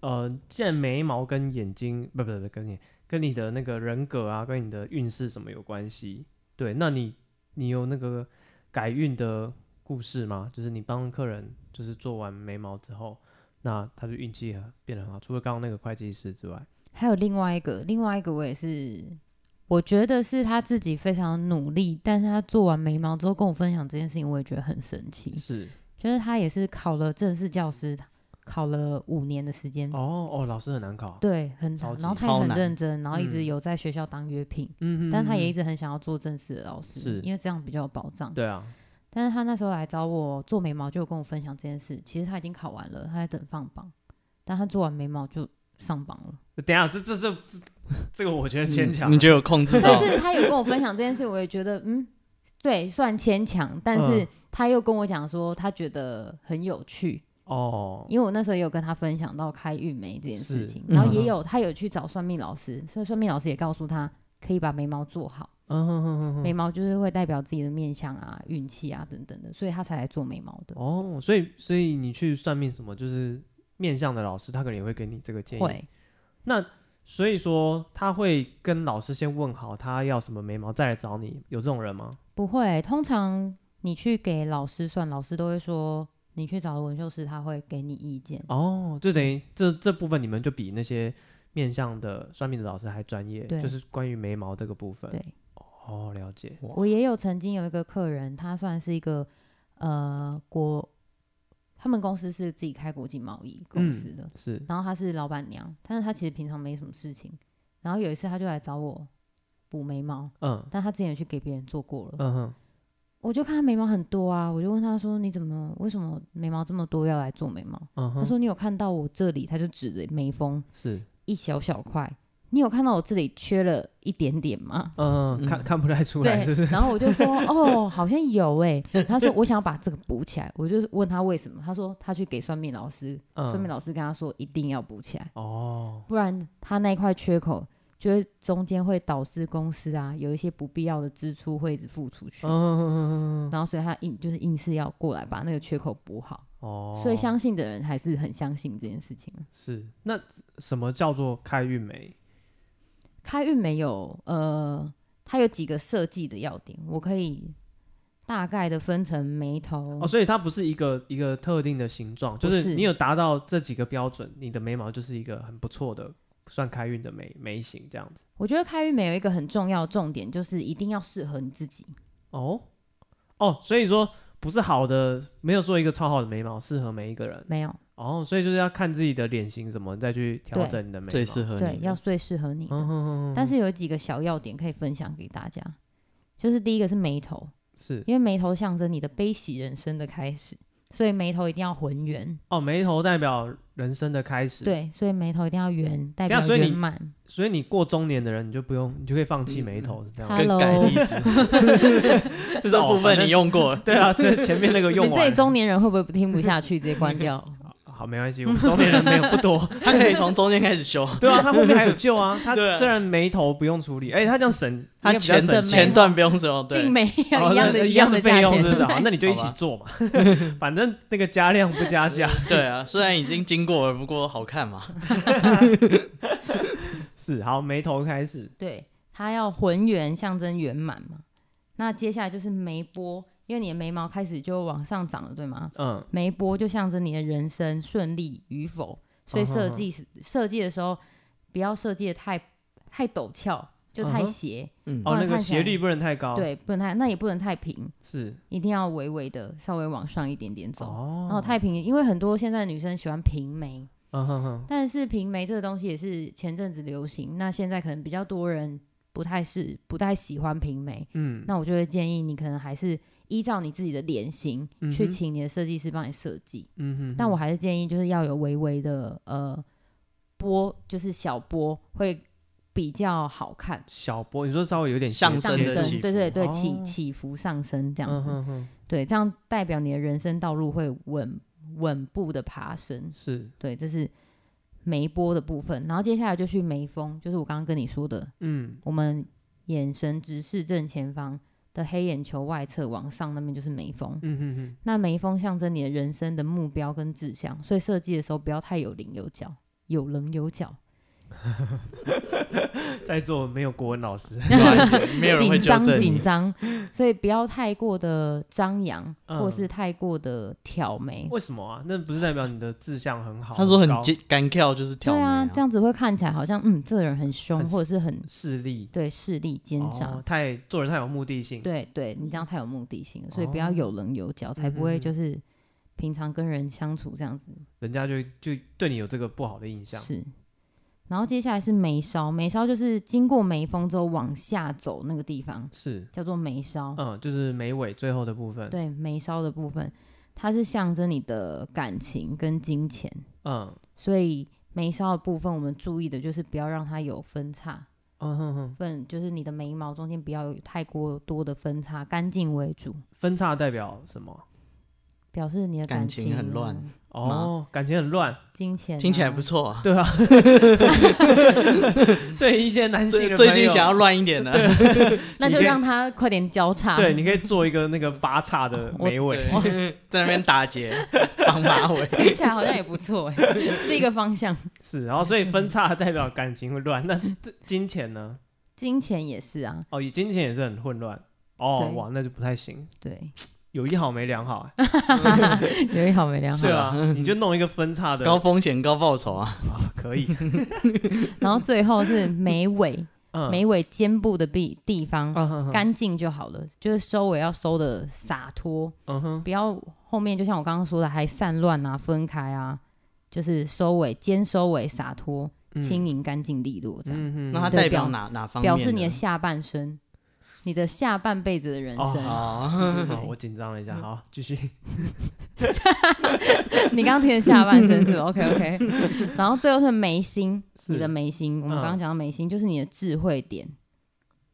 Speaker 1: 呃，既然眉毛跟眼睛，不不不，跟你跟你的那个人格啊，跟你的运势什么有关系？对，那你你有那个改运的故事吗？就是你帮客人就是做完眉毛之后，那他的运气很变得很好，除了刚刚那个会计师之外，
Speaker 3: 还有另外一个，另外一个我也是，我觉得是他自己非常努力，但是他做完眉毛之后跟我分享这件事情，我也觉得很神奇。
Speaker 1: 是
Speaker 3: 就是他也是考了正式教师，考了五年的时间，
Speaker 1: 哦哦，老师很难考，
Speaker 3: 嗯对，很
Speaker 1: 超级
Speaker 3: 然后他
Speaker 2: 超
Speaker 3: 也很
Speaker 2: 难
Speaker 3: 认真，然后一直
Speaker 1: 嗯
Speaker 3: 有在学校当约聘，
Speaker 1: 嗯哼
Speaker 3: 但他也一
Speaker 1: 哼
Speaker 3: 直很想要做正式的老
Speaker 1: 是
Speaker 3: 师，因为这样比较有保障
Speaker 1: 哼。对啊，
Speaker 3: 但是他那时候来找我做眉毛，就有跟我分享这件事。其实他已经考完了，他在等放榜，但他做完眉毛就上榜了。
Speaker 1: 等一下啊这这这这这个我觉
Speaker 3: 嗯
Speaker 1: 得牵强
Speaker 2: 你
Speaker 1: 了，
Speaker 2: 就有控制
Speaker 3: 但
Speaker 2: 到，
Speaker 1: 哦
Speaker 3: 是他有跟我分享这件事，我也觉得嗯，对，算牵强，但是
Speaker 1: 嗯
Speaker 3: 他又跟我讲说他觉得很有趣，
Speaker 1: 哦，
Speaker 3: 因为我那时候也有跟他分享到开运眉这件事
Speaker 1: 是
Speaker 3: 情，
Speaker 2: 嗯
Speaker 3: 然后也有他有去找算命老师，所以算命老师也告诉他可以把眉毛做好，
Speaker 1: 嗯哼哼哼
Speaker 3: 眉
Speaker 1: 哼，
Speaker 3: 毛就是会代表自己的面相啊、运气啊等等的，所以他才来做眉毛的。
Speaker 1: 哦，所以所以你去算命什么，就是面向的老师，他可能也会给你这个建议。
Speaker 3: 会，
Speaker 1: 那所以说他会跟老师先问好他要什么眉毛，再来找你，有这种人吗？
Speaker 3: 不会？通常你去给老师算，老师都会说你去找纹绣师，他会给你意见。
Speaker 1: 哦，就等于这这部分你们就比那些面向的算命的老师还专业，
Speaker 3: 对
Speaker 1: 就是关于眉毛这个部分。
Speaker 3: 对，
Speaker 1: 哦，了解。
Speaker 2: 哇
Speaker 3: 我也有曾经有一个客人，他算是一个呃国，他们公司是自己开国际贸易
Speaker 1: 嗯
Speaker 3: 公司的，
Speaker 1: 是
Speaker 3: 然后她是老板娘，但是她其实平常没什么事情。然后有一次她就来找我补眉毛，
Speaker 1: 嗯
Speaker 3: 但她之前有去给别人做过了，
Speaker 1: 嗯哼，
Speaker 3: 我就看她眉毛很多啊，我就问她说：“你怎么为什么眉毛这么多要来做眉毛？”
Speaker 1: 嗯
Speaker 3: 她
Speaker 1: 哼，
Speaker 3: 说：“你有看到我这里？”她就指着眉峰
Speaker 1: 是，
Speaker 3: 一小小块，你有看到我这里缺了一点点吗？
Speaker 1: 嗯，看
Speaker 2: 嗯
Speaker 1: 看不太出来，是不是？
Speaker 3: 然后我就说哦，好像有哎、他说我想要把这个补起来，我就问他为什么，他说他去给算命老师，算命
Speaker 1: 嗯，
Speaker 3: 老师跟他说一定要补起来，
Speaker 1: 哦，
Speaker 3: 不然他那一块缺口，就会中间会导致公司啊有一些不必要的支出会一直付出去，
Speaker 1: 嗯嗯嗯嗯嗯嗯，
Speaker 3: 然后所以他硬就是硬是要过来把那个缺口补好，
Speaker 1: 哦，
Speaker 3: 所以相信的人还是很相信这件事情。啊
Speaker 1: 是那什么叫做开运眉？
Speaker 3: 开运没有，呃，它有几个设计的要点，我可以大概的分成眉头
Speaker 1: 哦，所以它不是一个一个特定的形状，就
Speaker 3: 不
Speaker 1: 是
Speaker 3: 是
Speaker 1: 你有达到这几个标准，你的眉毛就是一个很不错的，算开运的眉眉形这样子。
Speaker 3: 我觉得开运美有一个很重要的重点，就是一定要适合你自己。
Speaker 1: 哦哦，所以说不是好的，没有说一个超好的眉毛适合每一个人。
Speaker 3: 没有
Speaker 1: 哦，所以就是要看自己的脸型什么，再去调
Speaker 3: 对
Speaker 1: 整你的眉毛。
Speaker 2: 最适合
Speaker 3: 对
Speaker 2: 你，
Speaker 3: 要
Speaker 2: 的。
Speaker 3: 最适合你的。
Speaker 1: 嗯哼哼哼
Speaker 3: 但是有几个小要点可以分享给大家，就是第一个是眉头，
Speaker 1: 是
Speaker 3: 因为眉头象征你的悲喜人生的开始，所以眉头一定要浑圆。
Speaker 1: 哦，眉头代表人生的开始。，
Speaker 3: 对，所以眉头一定要圆，代
Speaker 1: 等一
Speaker 3: 表
Speaker 1: 下所以你
Speaker 3: 圆满。
Speaker 1: 所以你过中年的人，你就不用，你就可以放弃眉头，是这样吗。
Speaker 3: 好
Speaker 2: 更改的意思， 就这部分你用过
Speaker 3: 哦
Speaker 2: 了，
Speaker 1: 对啊，这前面那个
Speaker 3: 你
Speaker 1: 用
Speaker 3: 们这
Speaker 1: 完
Speaker 3: 里中年人会不会听不下去，直接 关掉？
Speaker 1: 好，没关系，我们中年人没有不 多。
Speaker 2: 他可以从中间开始修，
Speaker 1: 对啊，他后面还有救啊。他
Speaker 2: 对啊
Speaker 1: 虽然眉头不用处理，哎、他这样省，
Speaker 2: 他
Speaker 1: 应该比较
Speaker 2: 前
Speaker 1: 省
Speaker 3: 省眉
Speaker 2: 前
Speaker 3: 头
Speaker 2: 段不用修，对
Speaker 3: 并，没有
Speaker 1: 哦
Speaker 3: 一样
Speaker 1: 那
Speaker 3: 的
Speaker 1: 一
Speaker 3: 样
Speaker 1: 的
Speaker 3: 价
Speaker 1: 费用，
Speaker 3: 钱
Speaker 1: 是不是？好，那你就一
Speaker 2: 好
Speaker 1: 起
Speaker 2: 吧
Speaker 1: 做嘛， 反正那个加量不加价。
Speaker 2: 对啊，虽然已经经过了，不过好看嘛。
Speaker 1: 是，好，眉头开始，
Speaker 3: 对，它要浑圆，象征圆满嘛。那接下来就是眉波，因为你的眉毛开始就往上涨了，对吗？
Speaker 1: 嗯，
Speaker 3: 眉波就象征你的人生顺利与
Speaker 1: 嗯
Speaker 3: 否，所以设计设计的时候不要设计的太太陡峭，
Speaker 1: 嗯
Speaker 3: 就太
Speaker 1: 哼
Speaker 3: 斜，
Speaker 2: 嗯
Speaker 3: 不
Speaker 1: 哦，
Speaker 3: 然
Speaker 1: 那个
Speaker 3: 看起来
Speaker 1: 斜率不能太高，，
Speaker 3: 对，不能太，那也不能太平，
Speaker 1: 是
Speaker 3: 一定要微微的稍微往上一点点走。然后
Speaker 1: 哦，
Speaker 3: 太平，因为很多现在女生喜欢平眉，
Speaker 1: 嗯哼哼，
Speaker 3: 但是平眉这个东西也是前阵子流行，那现在可能比较多人不太是不太喜欢平眉，
Speaker 1: 嗯，
Speaker 3: 那我就会建议你可能还是依照你自己的脸型、
Speaker 1: 嗯
Speaker 3: 去
Speaker 1: 哼
Speaker 3: 请你的设计师帮你设计，
Speaker 1: 嗯哼，
Speaker 3: 但我还是建议就是要有微微的呃波，就是小波会比较好看，
Speaker 1: 小波，你说稍微有点
Speaker 2: 上
Speaker 1: 斜
Speaker 2: 升
Speaker 3: 上
Speaker 1: 斜
Speaker 2: 的
Speaker 1: 度
Speaker 2: 起
Speaker 3: 升，对对对，
Speaker 1: 伏
Speaker 3: 起
Speaker 1: 哦
Speaker 3: 起伏上升这样
Speaker 1: 嗯
Speaker 3: 子，
Speaker 1: 哼哼，
Speaker 3: 对，这样代表你的人生道路会稳稳步的爬升。
Speaker 1: 是，
Speaker 3: 对，这是眉波的部分，然后接下来就去眉峰，就是我刚刚跟你说的，
Speaker 1: 嗯，
Speaker 3: 我们眼神直视正前方的黑眼球外侧往上那边就是眉峰。
Speaker 1: 嗯哼哼，
Speaker 3: 那眉峰象征你的人生的目标跟志向，所以设计的时候不要太有棱有角，有棱有角。
Speaker 1: 在座没有国文老师，
Speaker 2: 不然没有人会
Speaker 3: 紧
Speaker 2: 纠
Speaker 3: 张
Speaker 2: 正
Speaker 3: 紧
Speaker 2: 你。
Speaker 3: 张，所以不要太过的张扬，
Speaker 1: 嗯
Speaker 3: 或是太过的挑眉。
Speaker 1: 为什么啊？那不是代表你的志向很好？
Speaker 2: 他说很
Speaker 1: 高
Speaker 2: 紧敢跳就是
Speaker 3: 对
Speaker 2: 挑眉
Speaker 3: 啊，这样子会看起来好像嗯，这个人很凶，
Speaker 1: 很
Speaker 3: 或者是很
Speaker 1: 势力
Speaker 3: 对势力奸诈。
Speaker 1: 哦，太做人太有目的性，
Speaker 3: 对对，你
Speaker 2: 嗯
Speaker 3: 这样太有目的性了，所以不要
Speaker 1: 哦
Speaker 3: 有棱有角，才不
Speaker 1: 嗯
Speaker 3: 会
Speaker 1: 哼哼
Speaker 3: 就是平常跟人相处这样子
Speaker 1: 人家就就对你有这个不好的印象。
Speaker 3: 是。然后接下来是眉梢，眉梢就是经过眉峰之后往下走那个地方
Speaker 1: 是，
Speaker 3: 叫做眉梢。
Speaker 1: 嗯，就是眉尾最后的部分，
Speaker 3: 对，眉梢的部分，它是象征你的感情跟金钱。
Speaker 1: 嗯
Speaker 3: 所以眉梢的部分，我们注意的就是不要让它有分叉，
Speaker 1: 嗯哼哼，
Speaker 3: 分就是你的眉毛中间不要有太过多的分叉，干净为主，
Speaker 1: 分叉代表什么？
Speaker 3: 表示你的
Speaker 2: 感情
Speaker 3: 情
Speaker 2: 很
Speaker 3: 啊
Speaker 2: 乱，
Speaker 1: 哦，感情很乱，
Speaker 3: 金钱、
Speaker 2: 听起来不。错啊。
Speaker 1: 对啊，对一些男性
Speaker 2: 最
Speaker 1: 的
Speaker 2: 最
Speaker 1: 朋
Speaker 2: 近
Speaker 1: 友
Speaker 2: 想要乱一点的，
Speaker 3: 那
Speaker 1: 你
Speaker 3: 就
Speaker 1: 可以
Speaker 3: 让它快点交叉。
Speaker 1: 对，你可以做一个那个八叉的
Speaker 3: 哦
Speaker 1: 眉尾，
Speaker 2: 对， 在那边 打结，绑马尾。
Speaker 3: 听起来好像也不错哎、是一个方向。
Speaker 1: 是，然后所以分叉代表感情会乱， 那金钱呢？
Speaker 3: 金钱也是啊，
Speaker 1: 哦，以金钱也是很混乱，哦，
Speaker 3: 对啊
Speaker 1: 哇，那就不太行，
Speaker 3: 对，
Speaker 1: 有一好没两好，
Speaker 3: 有一好没两好。
Speaker 1: 是 啊，你就弄一个分叉的，
Speaker 2: 高风险高报酬啊！
Speaker 1: 啊可以，
Speaker 3: 然后最后是眉尾，
Speaker 1: 嗯，
Speaker 3: 眉尾肩部的地地方
Speaker 1: 嗯哼哼
Speaker 3: 干净就好了，就是收尾要收的洒脱。
Speaker 1: 嗯哼，
Speaker 3: 不要后面就像我刚刚说的，还散乱啊、分开啊，就是收尾、肩收尾、洒脱、
Speaker 1: 嗯
Speaker 3: 轻盈、干净、利落这样，
Speaker 1: 嗯哼，
Speaker 2: 那它
Speaker 3: 对
Speaker 2: 代表
Speaker 3: 表
Speaker 2: 哪哪方面
Speaker 3: 表
Speaker 2: 呢？
Speaker 3: 示你的下半身，你的下半辈子的人
Speaker 1: 哦
Speaker 3: 生。
Speaker 2: 哦，
Speaker 3: 对对
Speaker 1: 好，
Speaker 3: 嗯对
Speaker 1: 我紧张了一下，好，继 续。
Speaker 3: 你刚刚听的下半身 是 OK OK，然后最后是眉心，
Speaker 1: 是
Speaker 3: 你的眉心，我们
Speaker 1: 嗯
Speaker 3: 刚刚讲的眉心就是你的智慧点，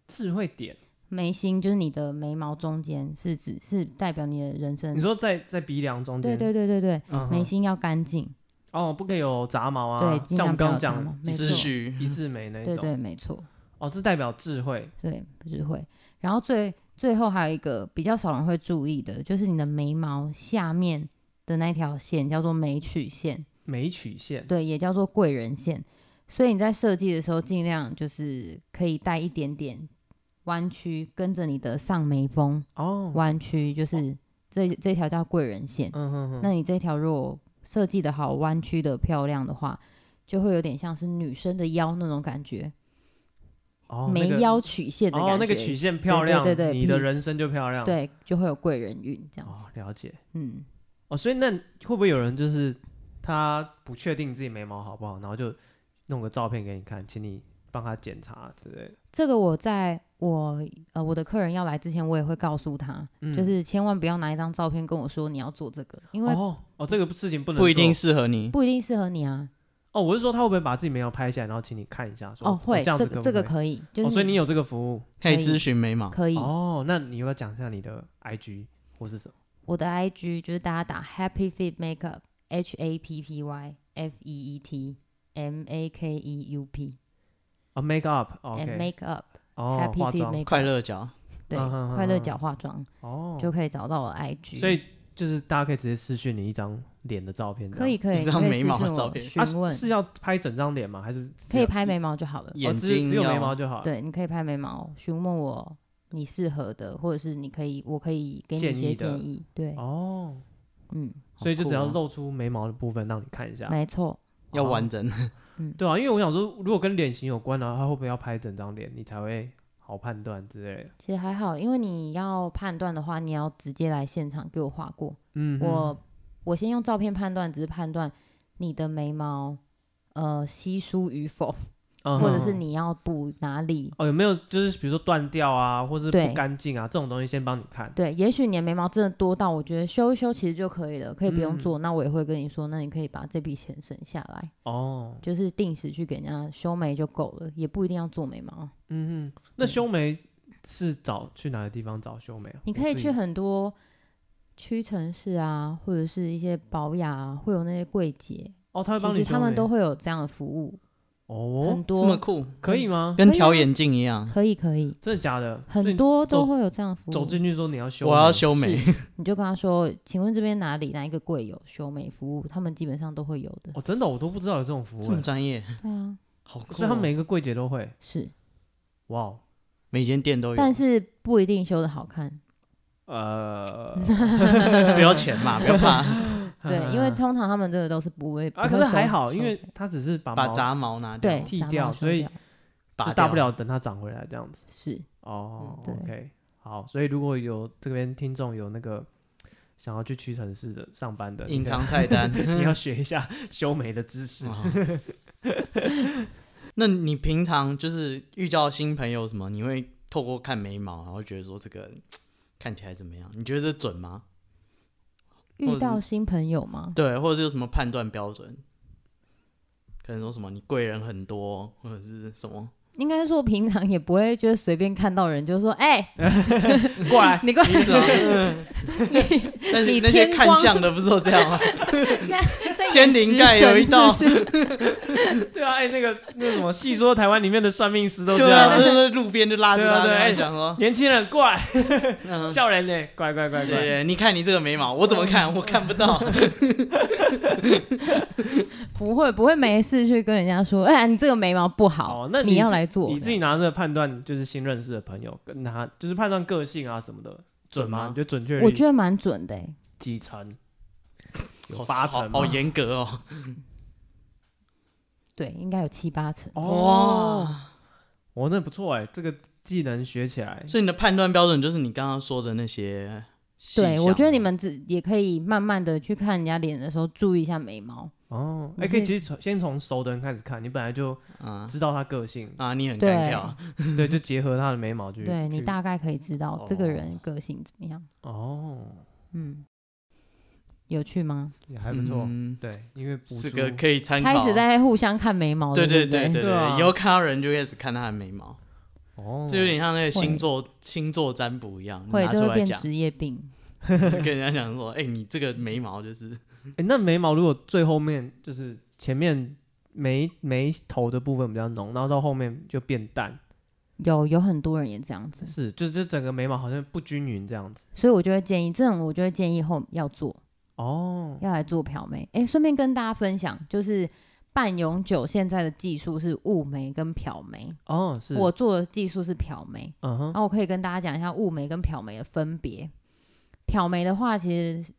Speaker 1: 智慧点，
Speaker 3: 眉心就是你的眉毛中间是指是代表你的人生
Speaker 1: 你，说在在鼻梁中
Speaker 3: 嗯对
Speaker 1: 间，
Speaker 3: 对对对对，
Speaker 1: 嗯哼
Speaker 3: 眉心要干净，
Speaker 1: 哦，不可以有杂毛啊，
Speaker 3: 对，尽
Speaker 1: 像我们
Speaker 3: 量不
Speaker 1: 刚
Speaker 3: 要
Speaker 1: 刚
Speaker 3: 脏
Speaker 1: 讲
Speaker 3: 嘛， 没
Speaker 2: 思
Speaker 3: 错，
Speaker 2: 绪
Speaker 1: 一字眉那
Speaker 3: 对
Speaker 1: 种，
Speaker 3: 对，没错。
Speaker 1: 哦，这代表智慧，
Speaker 3: 对，不只会。然后最最后还有一个比较少人会注意的，就是你的眉毛下面的那条线叫做眉曲线，
Speaker 1: 眉曲线，
Speaker 3: 对，也叫做贵人线。所以你在设计的时候，尽量就是可以带一点点弯曲，跟着你的上眉峰
Speaker 1: 哦，
Speaker 3: 弯曲，就是这这条叫贵人线。
Speaker 1: 嗯哼哼，
Speaker 3: 那你这条如果设计的好，弯曲的漂亮的话，就会有点像是女生的腰那种感觉，
Speaker 1: 哦，
Speaker 3: 眉
Speaker 1: 那个，
Speaker 3: 腰曲线的感觉。
Speaker 1: 哦，那个曲线漂亮，
Speaker 3: 对对对对
Speaker 1: 你的人生就漂亮，，
Speaker 3: 对，就会有贵人运这样子。
Speaker 1: 哦，了解，
Speaker 3: 嗯，
Speaker 1: 哦，所以那会不会有人就是他不确定自己眉毛好不好，然后就弄个照片给你看，请你帮他检查之类的，
Speaker 3: 这个我在我呃我的客人要来之前，我也会告诉他，
Speaker 1: 嗯
Speaker 3: 就是千万不要拿一张照片跟我说你要做这个，因为
Speaker 1: 哦哦，这个事情不能
Speaker 2: 不一定
Speaker 1: 做
Speaker 2: 适合你。
Speaker 3: 不一定适合你啊。
Speaker 1: 哦，我是说他会不会把自己眉毛拍下来，然后请你看一下，说
Speaker 3: 哦，会，
Speaker 1: 这样
Speaker 3: 这
Speaker 1: 子
Speaker 3: 个
Speaker 1: 可
Speaker 3: 这个
Speaker 1: 不可
Speaker 3: 可以，
Speaker 1: 以，
Speaker 3: 就
Speaker 1: 哦，
Speaker 3: 是
Speaker 1: 所以
Speaker 3: 你
Speaker 1: 你有这个服务，
Speaker 2: 可以
Speaker 3: 可以
Speaker 2: 咨询眉毛，
Speaker 3: 可以。
Speaker 1: 哦，那你要不要讲一下你的 IG 或是什么？
Speaker 3: 我的 IG 就是大家打 Happy Fit Makeup H A P P Y F E E T M A K E U P
Speaker 1: 哦，make
Speaker 3: and
Speaker 1: up，OK，
Speaker 3: Make Up
Speaker 1: 哦，
Speaker 3: Happy
Speaker 1: 化
Speaker 3: Fit
Speaker 1: 妆
Speaker 3: Make
Speaker 2: 快
Speaker 3: Up
Speaker 2: 乐角。
Speaker 3: 对
Speaker 1: 嗯哼
Speaker 3: 快乐
Speaker 1: 哼哼
Speaker 3: 角化妆
Speaker 1: 哦，
Speaker 3: 就可以找到我的 IG，
Speaker 1: 所以就是大家可以直接私讯你一张脸的照片这样，
Speaker 3: 可以可
Speaker 2: 一
Speaker 3: 以
Speaker 2: 张
Speaker 3: 可以
Speaker 2: 眉
Speaker 3: 私
Speaker 2: 毛
Speaker 3: 讯
Speaker 2: 的照
Speaker 3: 我
Speaker 2: 片
Speaker 1: 啊
Speaker 3: 询问
Speaker 1: 是要拍整张脸吗？还是只
Speaker 3: 可以
Speaker 1: 有
Speaker 3: 拍眉毛就好了。
Speaker 1: 哦
Speaker 2: 眼
Speaker 1: 只
Speaker 2: 睛
Speaker 1: 只有眉
Speaker 2: 要
Speaker 1: 毛就好？，
Speaker 3: 对，你可以拍眉毛，询问我你适合的，或者是你可以，我可以给你
Speaker 1: 建
Speaker 3: 一些
Speaker 1: 议的
Speaker 3: 建议。对，
Speaker 1: 哦，
Speaker 3: 嗯，
Speaker 1: 所以就只要
Speaker 2: 好酷哦
Speaker 1: 露出眉毛的部分让你看一下，
Speaker 3: 没错，
Speaker 2: 要完整，
Speaker 3: 嗯
Speaker 1: 对啊，因为我想说，如果跟脸型有关的话，他会不会要拍整张脸，你才会好判断之类的？
Speaker 3: 其实还好，因为你要判断的话，你要直接来现场给我画过。
Speaker 1: 嗯哼，
Speaker 3: 我我先用照片判断，只是判断你的眉毛呃稀疏与否，
Speaker 1: 嗯
Speaker 3: 或者
Speaker 1: 哼
Speaker 3: 是你要补哪里。
Speaker 1: 哦有没有就是比如说断掉啊，或是不
Speaker 3: 对
Speaker 1: 干净啊这种东西，先帮你看。
Speaker 3: 对，也许你的眉毛真的多到我觉得修一修其实就可以了，可以不用
Speaker 1: 嗯
Speaker 3: 做。那我也会跟你说，那你可以把这笔钱省下来，
Speaker 1: 哦，
Speaker 3: 就是定时去给人家修眉就够了，也不一定要做眉毛。啊
Speaker 1: 嗯哼，那修眉是找去哪个地方找修眉啊？
Speaker 3: 你
Speaker 1: 我
Speaker 3: 可以
Speaker 1: 自
Speaker 3: 去
Speaker 1: 己
Speaker 3: 很多屈臣氏啊，或者是一些保养啊，会有那些柜姐，
Speaker 1: 哦，他会
Speaker 3: 其
Speaker 1: 帮
Speaker 3: 实
Speaker 1: 你
Speaker 3: 他
Speaker 1: 修
Speaker 3: 们
Speaker 1: 眉
Speaker 3: 都会有这样的服务，很
Speaker 1: 哦，
Speaker 2: 这么
Speaker 3: 多
Speaker 2: 酷，
Speaker 1: 可以吗？
Speaker 2: 跟调眼镜
Speaker 1: 哎
Speaker 2: 一样。
Speaker 3: 可以可以，
Speaker 1: 真的假的？所以
Speaker 3: 很
Speaker 1: 你
Speaker 3: 多
Speaker 1: 走
Speaker 3: 都会有这样的服务。
Speaker 1: 走进去说你要修，
Speaker 2: 我要，修眉，
Speaker 3: 你就跟他说，请问这边哪里哪一个柜有修眉服务？他们基本上都会有的。
Speaker 1: 哦，真的我都不知道有这种服务
Speaker 2: 这么
Speaker 1: 欸，
Speaker 2: 专业，
Speaker 3: 对啊，
Speaker 2: 好酷哦。
Speaker 1: 所以他每个柜姐都会，
Speaker 3: 是，
Speaker 1: 哇哦，
Speaker 2: 每间店都有，
Speaker 3: 但是不一定修的好 看。
Speaker 1: 呃，
Speaker 2: 不要钱嘛，不 要怕，
Speaker 3: 对，因为通常他们这个都是不会
Speaker 1: 啊，
Speaker 3: 不
Speaker 1: 可
Speaker 3: 会
Speaker 1: 是还
Speaker 3: 修
Speaker 1: 好，
Speaker 3: 修
Speaker 1: 因为他只是把
Speaker 2: 把
Speaker 1: 毛
Speaker 2: 杂毛拿掉，
Speaker 3: 对
Speaker 1: 剃
Speaker 3: 杂毛
Speaker 1: 掉
Speaker 3: 修
Speaker 1: 所以
Speaker 3: 掉
Speaker 1: 就
Speaker 2: 拔
Speaker 1: 大不
Speaker 2: 掉
Speaker 1: 了等它长回来这样子。
Speaker 3: 是
Speaker 1: 哦、
Speaker 3: 嗯对
Speaker 1: o k 好，所以如果有这边听众有那个想要去屈臣氏的上班的，
Speaker 2: 隐
Speaker 1: 你可以
Speaker 2: 藏菜单。
Speaker 1: 你要学一下修眉的知识。
Speaker 2: 哦那你平常就是遇到新朋友什么，你会透过看眉毛，然后觉得说这个人看起来怎么样？你觉得这准吗？或
Speaker 3: 遇
Speaker 2: 者
Speaker 3: 到新朋友吗？
Speaker 2: 对，或者是有什么判断标准？可能说什么你贵人很多，或者是什么？
Speaker 3: 应该说平常也不会就是随便看到人就说，哎、
Speaker 2: 过来，
Speaker 3: 你过来
Speaker 2: 是啊。 但是
Speaker 3: 你
Speaker 2: 那些
Speaker 3: 天
Speaker 2: 看
Speaker 3: 光
Speaker 2: 相的不是都这样吗？
Speaker 3: 现在在
Speaker 2: 天
Speaker 3: 演
Speaker 2: 灵
Speaker 3: 食
Speaker 2: 盖有
Speaker 3: 神
Speaker 2: 一道
Speaker 3: 是不是
Speaker 1: 对啊，哎、那个那个什么，戏说台湾里面的算命师都
Speaker 2: 对
Speaker 1: 这
Speaker 2: 啊，
Speaker 1: 样，
Speaker 2: 就是路边就拉着
Speaker 1: 对啊
Speaker 2: 他，
Speaker 1: 对
Speaker 2: 然
Speaker 1: 哎
Speaker 2: 后讲说，
Speaker 1: 年轻人过来，
Speaker 2: 嗯，
Speaker 1: 笑人呢，乖乖乖
Speaker 2: 对
Speaker 1: 乖。
Speaker 2: 对，你看你这个眉毛，我怎么看？我看不到。
Speaker 3: 不会不会没事去跟人家说，哎、你这个眉毛不好，
Speaker 1: 哦那
Speaker 3: 你
Speaker 1: 你
Speaker 3: 要
Speaker 1: 自
Speaker 3: 来做，
Speaker 1: 你自己拿着判断，就是新认识的朋友，跟他就是判断个性啊什么的，准
Speaker 2: 准吗
Speaker 1: 吗？你觉得准确
Speaker 3: 我
Speaker 1: 率
Speaker 3: 觉得蛮准的、欸，
Speaker 1: 几成？有
Speaker 2: 好
Speaker 1: 八
Speaker 2: 好
Speaker 1: 成吗
Speaker 2: 好严格哦。
Speaker 3: 对，应该有七八成。
Speaker 1: 哦，我那不错哎，这个技能学起来，
Speaker 2: 所以你的判断标准就是你刚刚说的那些细项吗。
Speaker 3: 对，我觉得你们自也可以慢慢的去看人家脸的时候，注意一下眉毛。
Speaker 1: 哦，哎、
Speaker 3: 你
Speaker 1: 可以
Speaker 3: 是
Speaker 1: 其实从先从熟的人开始看，你本来就
Speaker 2: 啊
Speaker 1: 知道他个性，
Speaker 2: 啊，你很
Speaker 3: 对
Speaker 2: 干掉，
Speaker 1: 对，就结合他的眉毛去。
Speaker 3: 对你
Speaker 1: 去
Speaker 3: 大概可以知道这个
Speaker 2: 哦
Speaker 3: 人个性怎么样。
Speaker 1: 哦，
Speaker 3: 嗯，有趣吗？
Speaker 1: 也还不错。
Speaker 2: 嗯
Speaker 1: 对，因为补哦
Speaker 2: 是
Speaker 1: 助
Speaker 2: 个可以参考。啊
Speaker 3: 开始在互相看眉毛
Speaker 2: 对
Speaker 3: 的，对
Speaker 2: 对对
Speaker 3: 不
Speaker 2: 对
Speaker 1: 对啊
Speaker 2: 以后看到人就开始看他的眉毛，
Speaker 1: 哦，
Speaker 2: 这有点像那个星座星座占卜一样，
Speaker 3: 会
Speaker 2: 拿
Speaker 3: 这
Speaker 2: 出
Speaker 3: 会
Speaker 2: 来
Speaker 3: 变
Speaker 2: 讲，
Speaker 3: 职业病。
Speaker 2: 就是 跟人家讲说，哎，你这个眉毛就是
Speaker 1: 哎、那眉毛如果最后面就是前面眉眉头的部分比较浓，然后到后面就变淡，
Speaker 3: 有有很多人也这样子，
Speaker 1: 是，就就整个眉毛好像不均匀这样子。
Speaker 3: 所以我就会建议这种，我就会建议后要做，
Speaker 1: 哦，
Speaker 3: 要来做漂眉。哎，顺便跟大家分享，就是半永久现在的技术是雾眉跟漂眉，
Speaker 1: 哦，是，
Speaker 3: 我哦做的技术是漂眉。
Speaker 1: 嗯哼
Speaker 3: 然，后我可以跟大家讲一下雾眉跟漂眉的分别。漂眉的话，其实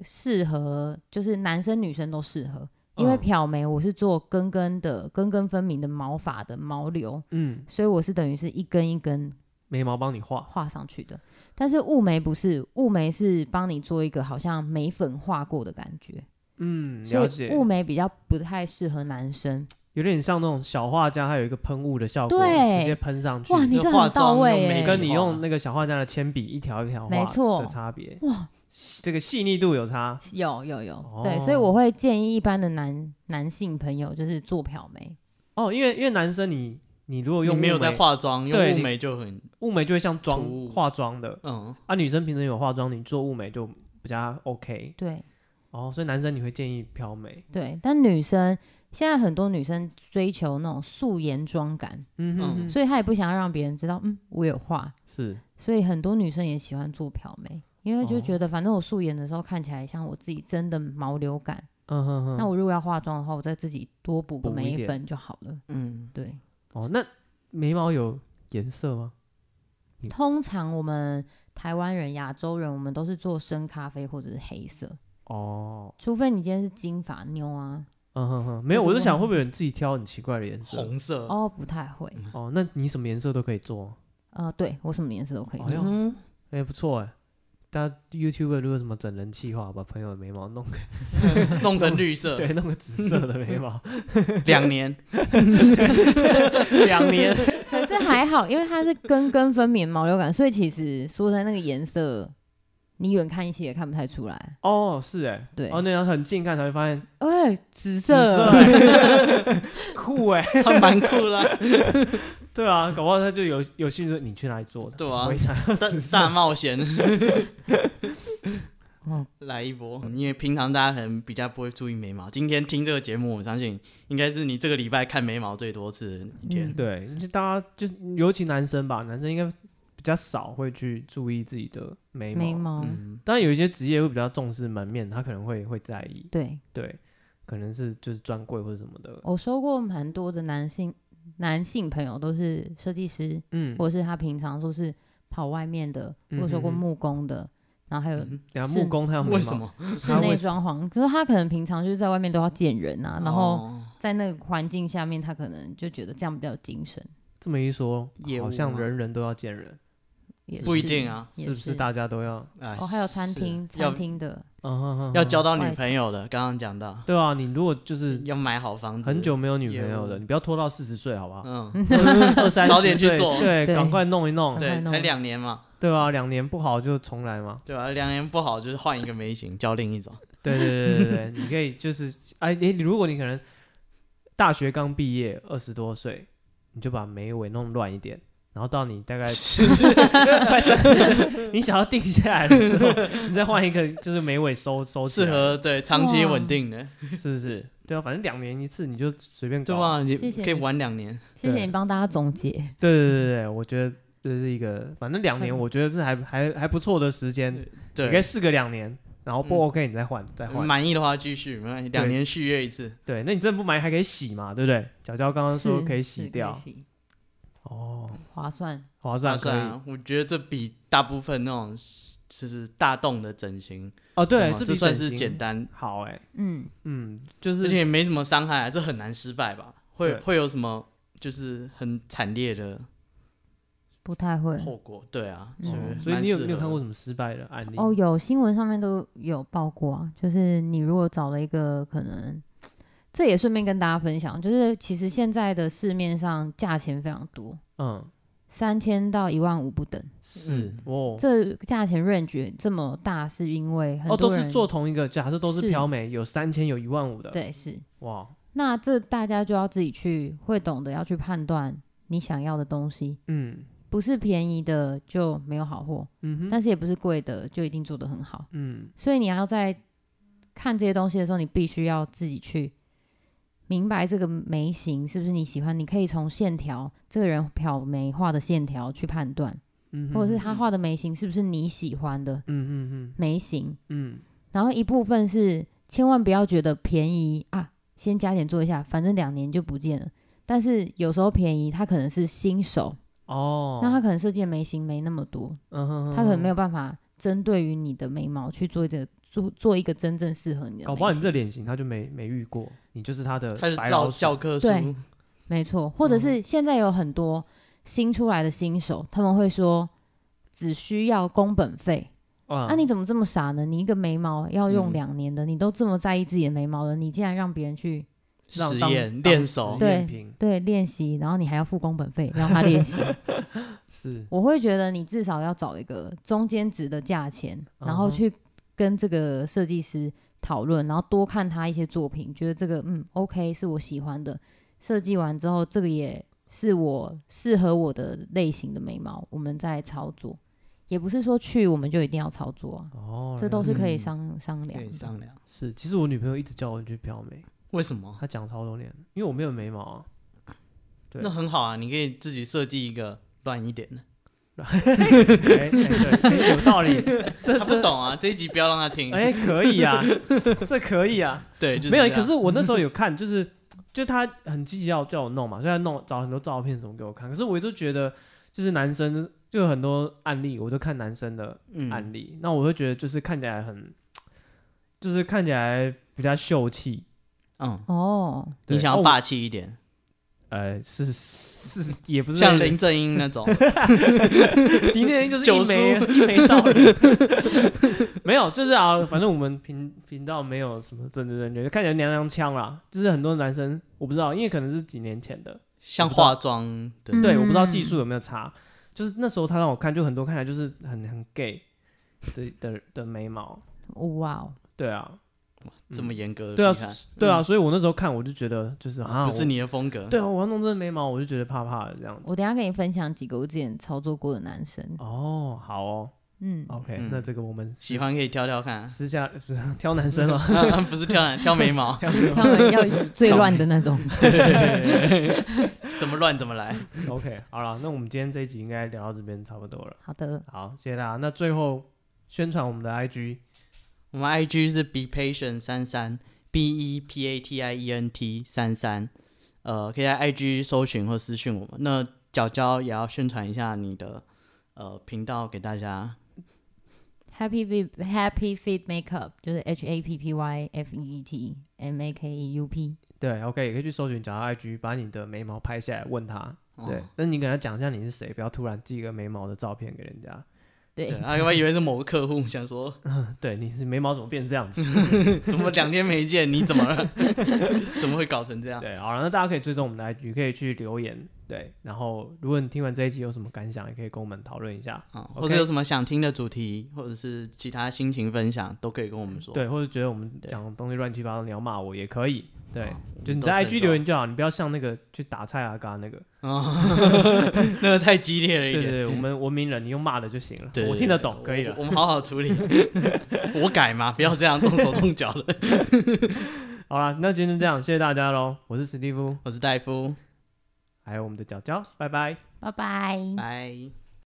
Speaker 3: 适合就是男生女生都适合，因为
Speaker 1: 嗯
Speaker 3: 漂眉我是做根根的、根根分明的毛发的毛流，
Speaker 1: 嗯，
Speaker 3: 所以我是等于是一根一根
Speaker 1: 眉毛帮你画。
Speaker 3: 画上去的。但是雾眉不是，雾眉是帮你做一个好像眉粉画过的感觉，
Speaker 1: 嗯，
Speaker 3: 所
Speaker 1: 了
Speaker 3: 以
Speaker 1: 解。
Speaker 3: 雾眉比较不太适合男生。
Speaker 1: 有点像那种小画家，它有一个喷雾的效果，
Speaker 3: 对
Speaker 1: 直接喷上去。
Speaker 3: 哇，你
Speaker 2: 就
Speaker 3: 这
Speaker 2: 化
Speaker 3: 很到
Speaker 2: 妆
Speaker 3: 位
Speaker 2: 用眉
Speaker 3: 耶！
Speaker 1: 跟你用那个小画家的铅笔一条一条画
Speaker 3: 没错
Speaker 1: 的差别，
Speaker 3: 哇，
Speaker 1: 这个细腻度有差。
Speaker 3: 有有有，对，所以
Speaker 1: 哦
Speaker 3: 我会建议一般的男男性朋友就是做漂眉，
Speaker 1: 哦，因为因为男生你你如果
Speaker 2: 你
Speaker 1: 用
Speaker 2: 没有
Speaker 1: 雾眉
Speaker 2: 在化妆，
Speaker 1: 对
Speaker 2: 用雾
Speaker 1: 你
Speaker 2: 眉就很
Speaker 1: 雾眉就会像妆
Speaker 2: 涂
Speaker 1: 化妆的
Speaker 2: 嗯，
Speaker 1: 啊，女生平常有化妆，你做雾眉就比较 OK
Speaker 3: 对
Speaker 1: 哦，所以男生你会建议漂眉，
Speaker 3: 对。但女生现在很多女生追求那种素颜妆感，
Speaker 1: 嗯哼哼，
Speaker 3: 所以她也不想要让别人知道，嗯，我有画，
Speaker 1: 是
Speaker 3: 所以很多女生也喜欢做漂眉，因为就
Speaker 1: 哦
Speaker 3: 觉得反正我素颜的时候看起来像我自己真的毛流感，
Speaker 1: 嗯哼哼，
Speaker 3: 那我如果要化妆的话，我再自己多补个
Speaker 1: 补一
Speaker 3: 眉
Speaker 1: 点
Speaker 3: 粉就好了。
Speaker 2: 嗯，
Speaker 3: 对，
Speaker 1: 哦，那眉毛有颜色吗？嗯
Speaker 3: 通常我们台湾人、亚洲人，我们都是做深咖啡或者是黑色。
Speaker 1: 哦，
Speaker 3: 除非你今天是金发妞啊，
Speaker 1: 嗯哼哼，没有，
Speaker 3: 为什么
Speaker 1: 我是想会不会有人自己挑很奇怪的颜色？
Speaker 2: 红色，
Speaker 3: 哦，不太会。
Speaker 1: 哦，那你什么颜色都可以做，
Speaker 3: 呃，对我什么颜色都可以
Speaker 1: 哎。呦
Speaker 2: 嗯，
Speaker 1: 哎、不错哎。大家 YouTube 如果有什么整人计划，把朋友的眉毛弄 个
Speaker 2: 弄成绿色，
Speaker 1: 对，弄个紫色的眉毛，
Speaker 2: 两 年，
Speaker 1: 两 年。
Speaker 3: 可是还好，因为它是根根分明毛流感，所以其实说在那个颜色，你远看一些也看不太出来。
Speaker 1: 哦，是哎，
Speaker 3: 对
Speaker 1: 哦，那要很近看才会发现
Speaker 3: 哎，
Speaker 1: 紫
Speaker 3: 紫
Speaker 1: 色
Speaker 3: 色，
Speaker 1: 欸，酷哎，
Speaker 2: 还蛮酷的，
Speaker 1: 对啊，搞不好他就有有兴趣说你去哪里做的，
Speaker 2: 对啊
Speaker 1: 我也想要
Speaker 2: 大
Speaker 1: 紫色
Speaker 2: 大冒 险
Speaker 3: 哦。
Speaker 2: 来一波，嗯因为平常大家可能比较不会注意眉毛，今天听这个节目，我相信应该是你这个礼拜看眉毛最多次的一天。
Speaker 1: 对，就大家就尤其男生吧，男生应该比较少会去注意自己的眉毛。
Speaker 3: 眉毛，
Speaker 2: 嗯，
Speaker 1: 当然有一些职业会比较重视门面，他可能会会在意，
Speaker 3: 对
Speaker 1: 对，可能是就是专柜或者什么的。
Speaker 3: 我收过蛮多的男性男性朋友都是设计师，
Speaker 1: 嗯，
Speaker 3: 或者是他平常说是跑外面的，我
Speaker 1: 嗯
Speaker 3: 有收过
Speaker 1: 嗯嗯
Speaker 3: 木工的，然后还有
Speaker 2: 嗯
Speaker 1: 等下
Speaker 3: 是
Speaker 1: 木工他有眉毛
Speaker 2: 为什？么？
Speaker 3: 室
Speaker 1: 他为
Speaker 3: 内
Speaker 1: 什
Speaker 3: 装潢，就是他可能平常就是在外面都要见人啊，然后
Speaker 2: 哦
Speaker 3: 在那个环境下面，他可能就觉得这样比较有精神，
Speaker 1: 这么一说，
Speaker 2: 业
Speaker 1: 好
Speaker 2: 务
Speaker 1: 像
Speaker 2: 吗
Speaker 1: 人人都要见人，
Speaker 3: 也
Speaker 2: 不一
Speaker 3: 是
Speaker 2: 定啊
Speaker 3: 也
Speaker 1: 是不是？大家都要？
Speaker 2: 哎
Speaker 3: 哦，还有餐
Speaker 2: 是
Speaker 3: 厅，
Speaker 2: 要
Speaker 3: 餐厅的
Speaker 1: 嗯哼哼
Speaker 2: 要
Speaker 1: 哼
Speaker 2: 交到
Speaker 3: 外
Speaker 2: 女
Speaker 3: 景
Speaker 2: 朋友的，刚刚讲到
Speaker 1: 对啊，你如果就是
Speaker 2: 要买好房子，
Speaker 1: 很，久没有女
Speaker 2: 业
Speaker 1: 朋友了，
Speaker 2: 务
Speaker 1: 你不要拖到四十岁，好不好？
Speaker 2: 嗯，
Speaker 1: 二三十
Speaker 2: 早点去
Speaker 1: 岁
Speaker 2: 做
Speaker 1: 对，
Speaker 3: 对
Speaker 1: 赶快弄一弄
Speaker 3: 赶，快
Speaker 2: 对，
Speaker 3: 弄
Speaker 2: 才两年嘛，
Speaker 1: 对吧？两年不好就重来嘛。
Speaker 2: 对吧、两年不好就是换一个眉型，交另一 种。
Speaker 1: 对对对对对，你可以就是哎，你如果你可能大学刚毕业二十多岁，你就把眉尾弄乱一点，然后到你大概快三十，你想要定下来的时候，你再换一个，就是眉尾收收起
Speaker 2: 适
Speaker 1: 来
Speaker 2: 合对长期
Speaker 3: 哇
Speaker 2: 稳定的，
Speaker 1: 是不是？对啊，反正两年一次，你就随便搞
Speaker 2: 对。吧？你
Speaker 3: 谢谢
Speaker 2: 可以
Speaker 3: 你
Speaker 2: 玩两年，
Speaker 3: 谢
Speaker 1: 对
Speaker 3: 谢你帮大家总结，
Speaker 1: 对对对对对，我觉得这是一个，反正两年
Speaker 3: 很
Speaker 1: 我觉得是还还还不错的时间，你可以
Speaker 2: 对，
Speaker 1: 试个两年，然后不
Speaker 2: 嗯
Speaker 1: OK 你再换再换。
Speaker 2: 满意的话继续，没关系，两
Speaker 1: 对
Speaker 2: 年续约一次。
Speaker 1: 对，那你真的不满意还可以洗嘛，对不对？角角刚刚说
Speaker 3: 是
Speaker 1: 可以
Speaker 3: 是
Speaker 1: 洗掉，
Speaker 3: 洗
Speaker 1: 哦，
Speaker 3: 划算，
Speaker 1: 划
Speaker 2: 打
Speaker 1: 算可
Speaker 2: 算
Speaker 1: 以。
Speaker 2: 啊，我觉得这比大部分那种就是大动的整形，
Speaker 1: 哦，对，
Speaker 2: 嗯
Speaker 1: 笔
Speaker 2: 这算
Speaker 1: 整
Speaker 2: 是
Speaker 1: 形
Speaker 2: 简单，
Speaker 1: 好哎，
Speaker 3: 嗯，
Speaker 1: 嗯，就
Speaker 2: 而
Speaker 1: 是
Speaker 2: 且也没什么伤害啊，这很难失败吧？会
Speaker 1: 对
Speaker 2: 会有什么就是很惨烈的
Speaker 3: 不太会。
Speaker 2: 后果？对啊，
Speaker 3: 嗯
Speaker 1: 哦
Speaker 2: 是
Speaker 1: 所以
Speaker 2: 蛮
Speaker 1: 你有
Speaker 2: 适
Speaker 1: 你有看
Speaker 2: 合
Speaker 1: 过什么失败的案例？
Speaker 3: 哦，有新闻上面都有报过啊，就是你如果找了一个可能，这也顺便跟大家分享，就是其实现在的市面上价钱非常多，
Speaker 1: 嗯，
Speaker 3: 三千到一万五不等，
Speaker 1: 是
Speaker 2: 嗯
Speaker 1: 哦，
Speaker 3: 这价钱 range 这么大，是因为很
Speaker 1: 哦，都
Speaker 3: 多
Speaker 1: 是
Speaker 3: 人
Speaker 1: 做同一个，假设都是
Speaker 3: 是
Speaker 1: 漂眉，有三千，有一万五的，，
Speaker 3: 对是，
Speaker 1: 哇，
Speaker 3: 那这大家就要自己去会懂得要去判断你想要的东西，
Speaker 1: 嗯
Speaker 3: 不是便宜的就没有好货，
Speaker 1: 嗯哼，
Speaker 3: 但是也不是贵的就一定做得很好。
Speaker 1: 嗯，
Speaker 3: 所以你要在看这些东西的时候，你必须要自己去明白这个眉形是不是你喜欢。你可以从线条，这个人漂眉画的线条去判断，
Speaker 1: 嗯哼
Speaker 3: 或者是他画的眉形是不是你喜欢的
Speaker 1: 嗯嗯嗯
Speaker 3: 眉形。
Speaker 1: 嗯，
Speaker 3: 然后一部分是千万不要觉得便宜啊，先加点做一下，反正两年就不见了。但是有时候便宜，他可能是新手，
Speaker 1: 哦，
Speaker 3: 那他可能设计的眉形没那么多，
Speaker 1: 嗯哼哼
Speaker 3: 他可能没
Speaker 1: 有，
Speaker 3: 有办法针对于你的眉毛去做一个做做一个真正适合你的眉型。
Speaker 1: 搞不好你这脸型他就没没遇过，你就是他的
Speaker 2: 它是
Speaker 1: 白
Speaker 2: 照
Speaker 1: 老鼠
Speaker 2: 教科书，
Speaker 3: 对没错，或者
Speaker 1: 嗯
Speaker 3: 是现在有很多新出来的新手，他们会说只需要工本费。
Speaker 1: 啊
Speaker 3: 啊，你怎么这么傻呢？你一个眉毛要用
Speaker 2: 嗯
Speaker 3: 两年的，你都这么在意自己的眉毛了，你竟然让别人去
Speaker 1: 让
Speaker 2: 实
Speaker 1: 当
Speaker 2: 验
Speaker 1: 当
Speaker 2: 练
Speaker 1: 实
Speaker 2: 手，
Speaker 1: 验
Speaker 3: 对
Speaker 1: 品
Speaker 3: 对练习，然后你还要付工本费让他练习，
Speaker 1: 是
Speaker 3: 我会觉得你至少要找一个中间值的价钱，然后
Speaker 1: 嗯哼
Speaker 3: 去跟这个设计师讨论，然后多看他一些作品，觉得这个嗯 OK 是我喜欢的，设计完之后这个也是我适合我的类型的眉毛，我们再操作，也不是说去我们就一定要操作啊，
Speaker 1: 哦，
Speaker 3: 这
Speaker 1: 了
Speaker 3: 都是可以
Speaker 2: 嗯
Speaker 3: 商、商
Speaker 2: 可
Speaker 3: 量
Speaker 2: 以
Speaker 3: 的。
Speaker 2: 商量。
Speaker 1: 是，其实我女朋友一直叫我去漂眉，
Speaker 2: 为什么？
Speaker 1: 她讲超多年，因为我没有眉毛啊。对哎
Speaker 2: 那很好啊，你可以自己设计一个乱一点的。
Speaker 1: 哎、哎对，哎有道 理，这
Speaker 2: 他不
Speaker 1: 这
Speaker 2: 懂啊，这一集不要让他听。
Speaker 1: 哎、可以 啊，这可以啊。
Speaker 2: 对，就是
Speaker 1: 没有，
Speaker 2: 这样
Speaker 1: 可是我那时候 有看，就是就他很积极要叫我弄嘛，就在弄找很多照片什么给我看，可是我就觉得就是男生就有很多案例，我就看男生的案
Speaker 2: 嗯，
Speaker 1: 例，那我会觉得就是看起来很，就是看起来比较秀气，
Speaker 2: 嗯，
Speaker 3: 哦，
Speaker 1: 对
Speaker 2: 你想
Speaker 1: 哦
Speaker 2: 要霸气一点，
Speaker 1: 呃，是是，也不是
Speaker 2: 像林正英 那种，
Speaker 1: 迪内就是一
Speaker 2: 九
Speaker 1: 枚一枚道理， 没有，就是啊，反正我们频频道没有什么政治正确，就看起来娘娘腔啦。就是很多男生我不知道，因为可能是几年前的，
Speaker 2: 像化妆的
Speaker 3: 嗯
Speaker 1: 对，我不知道技术有没有差。就是那时候他让我看，就很多看起来就是很很 gay 的的的眉毛，
Speaker 3: 哇哦，
Speaker 1: 对啊，
Speaker 2: 这么严格的
Speaker 1: 对啊
Speaker 2: 批判，，
Speaker 1: 对啊，所以我那时候看我就觉得就是啊，
Speaker 2: 嗯不是
Speaker 1: 我，
Speaker 2: 你的哦风格。
Speaker 1: 对啊，我要弄这个眉毛，我就觉得怕怕的这样子。
Speaker 3: 我等一下给你分享几个我之前操作过的男生，
Speaker 1: 哦，好哦
Speaker 3: 嗯，
Speaker 1: ，OK，、
Speaker 2: 嗯
Speaker 1: 那这个我们私，
Speaker 2: 喜欢可以挑挑看
Speaker 1: 私下 挑男生 嘛，
Speaker 2: 啊 不是挑染挑眉毛，
Speaker 3: 他们要以最乱的那种，
Speaker 2: 怎么乱怎么来。
Speaker 1: OK，好了，那我们今天这一集应该聊到这边差不多了。
Speaker 3: 好的，
Speaker 1: 好，谢谢大家。那最后宣传我们的 IG，
Speaker 2: 我们 IG 是 be patient 三三 b e p a t i e n t 三三，呃，可以在 IG 搜寻或私讯我们。那角角也要宣传一下你的呃频道给大家。
Speaker 3: Happy Feet Happy Feet Makeup 就是 H A P P Y F E E T M A K E U P。
Speaker 1: 对，OK，也可以去搜寻讲到 IG，把你的眉毛拍下来，问他。
Speaker 2: 哦
Speaker 1: 对，但是你给他讲一下你是谁，不要突然寄一个眉毛的照片给人家。
Speaker 3: 对
Speaker 2: 对，，啊，我以为是某个客户，想说
Speaker 1: 对，你是眉毛怎么变这样子？
Speaker 2: 怎么两天没见，你怎么了？ 怎么会搞成这样？
Speaker 1: 对，好了，那大家可以追踪我们的 IG，可以去留言。对，然后如果你听完这一集有什么感想，也可以跟我们讨论一下。
Speaker 2: 啊，
Speaker 1: OK
Speaker 2: 或者有什么想听的主题，或者是其他心情分享，都可以跟我们说。
Speaker 1: 对，或者觉得我们讲的东西乱七八糟，你要骂我也可以。对，就你
Speaker 2: 都
Speaker 1: 在
Speaker 2: 承
Speaker 1: IG
Speaker 2: 受
Speaker 1: 留言就好，你不要像那个去打菜啊，嘎那个。
Speaker 2: 啊， 那个太激烈了一
Speaker 1: 对
Speaker 2: 点。
Speaker 1: 对对，我们文明人，你用骂的就行了
Speaker 2: 嗯对，
Speaker 1: 我
Speaker 2: 对
Speaker 1: 听得
Speaker 2: 对
Speaker 1: 懂，可以
Speaker 2: 我
Speaker 1: 了。
Speaker 2: 我们好好处理， 我改嘛，不要这样动手动脚的。
Speaker 1: 好啦，那今天就这样，谢谢大家喽，我是史蒂夫，
Speaker 2: 我是戴夫，
Speaker 1: 还有我们的角角，拜拜。
Speaker 3: 拜拜。
Speaker 2: 拜。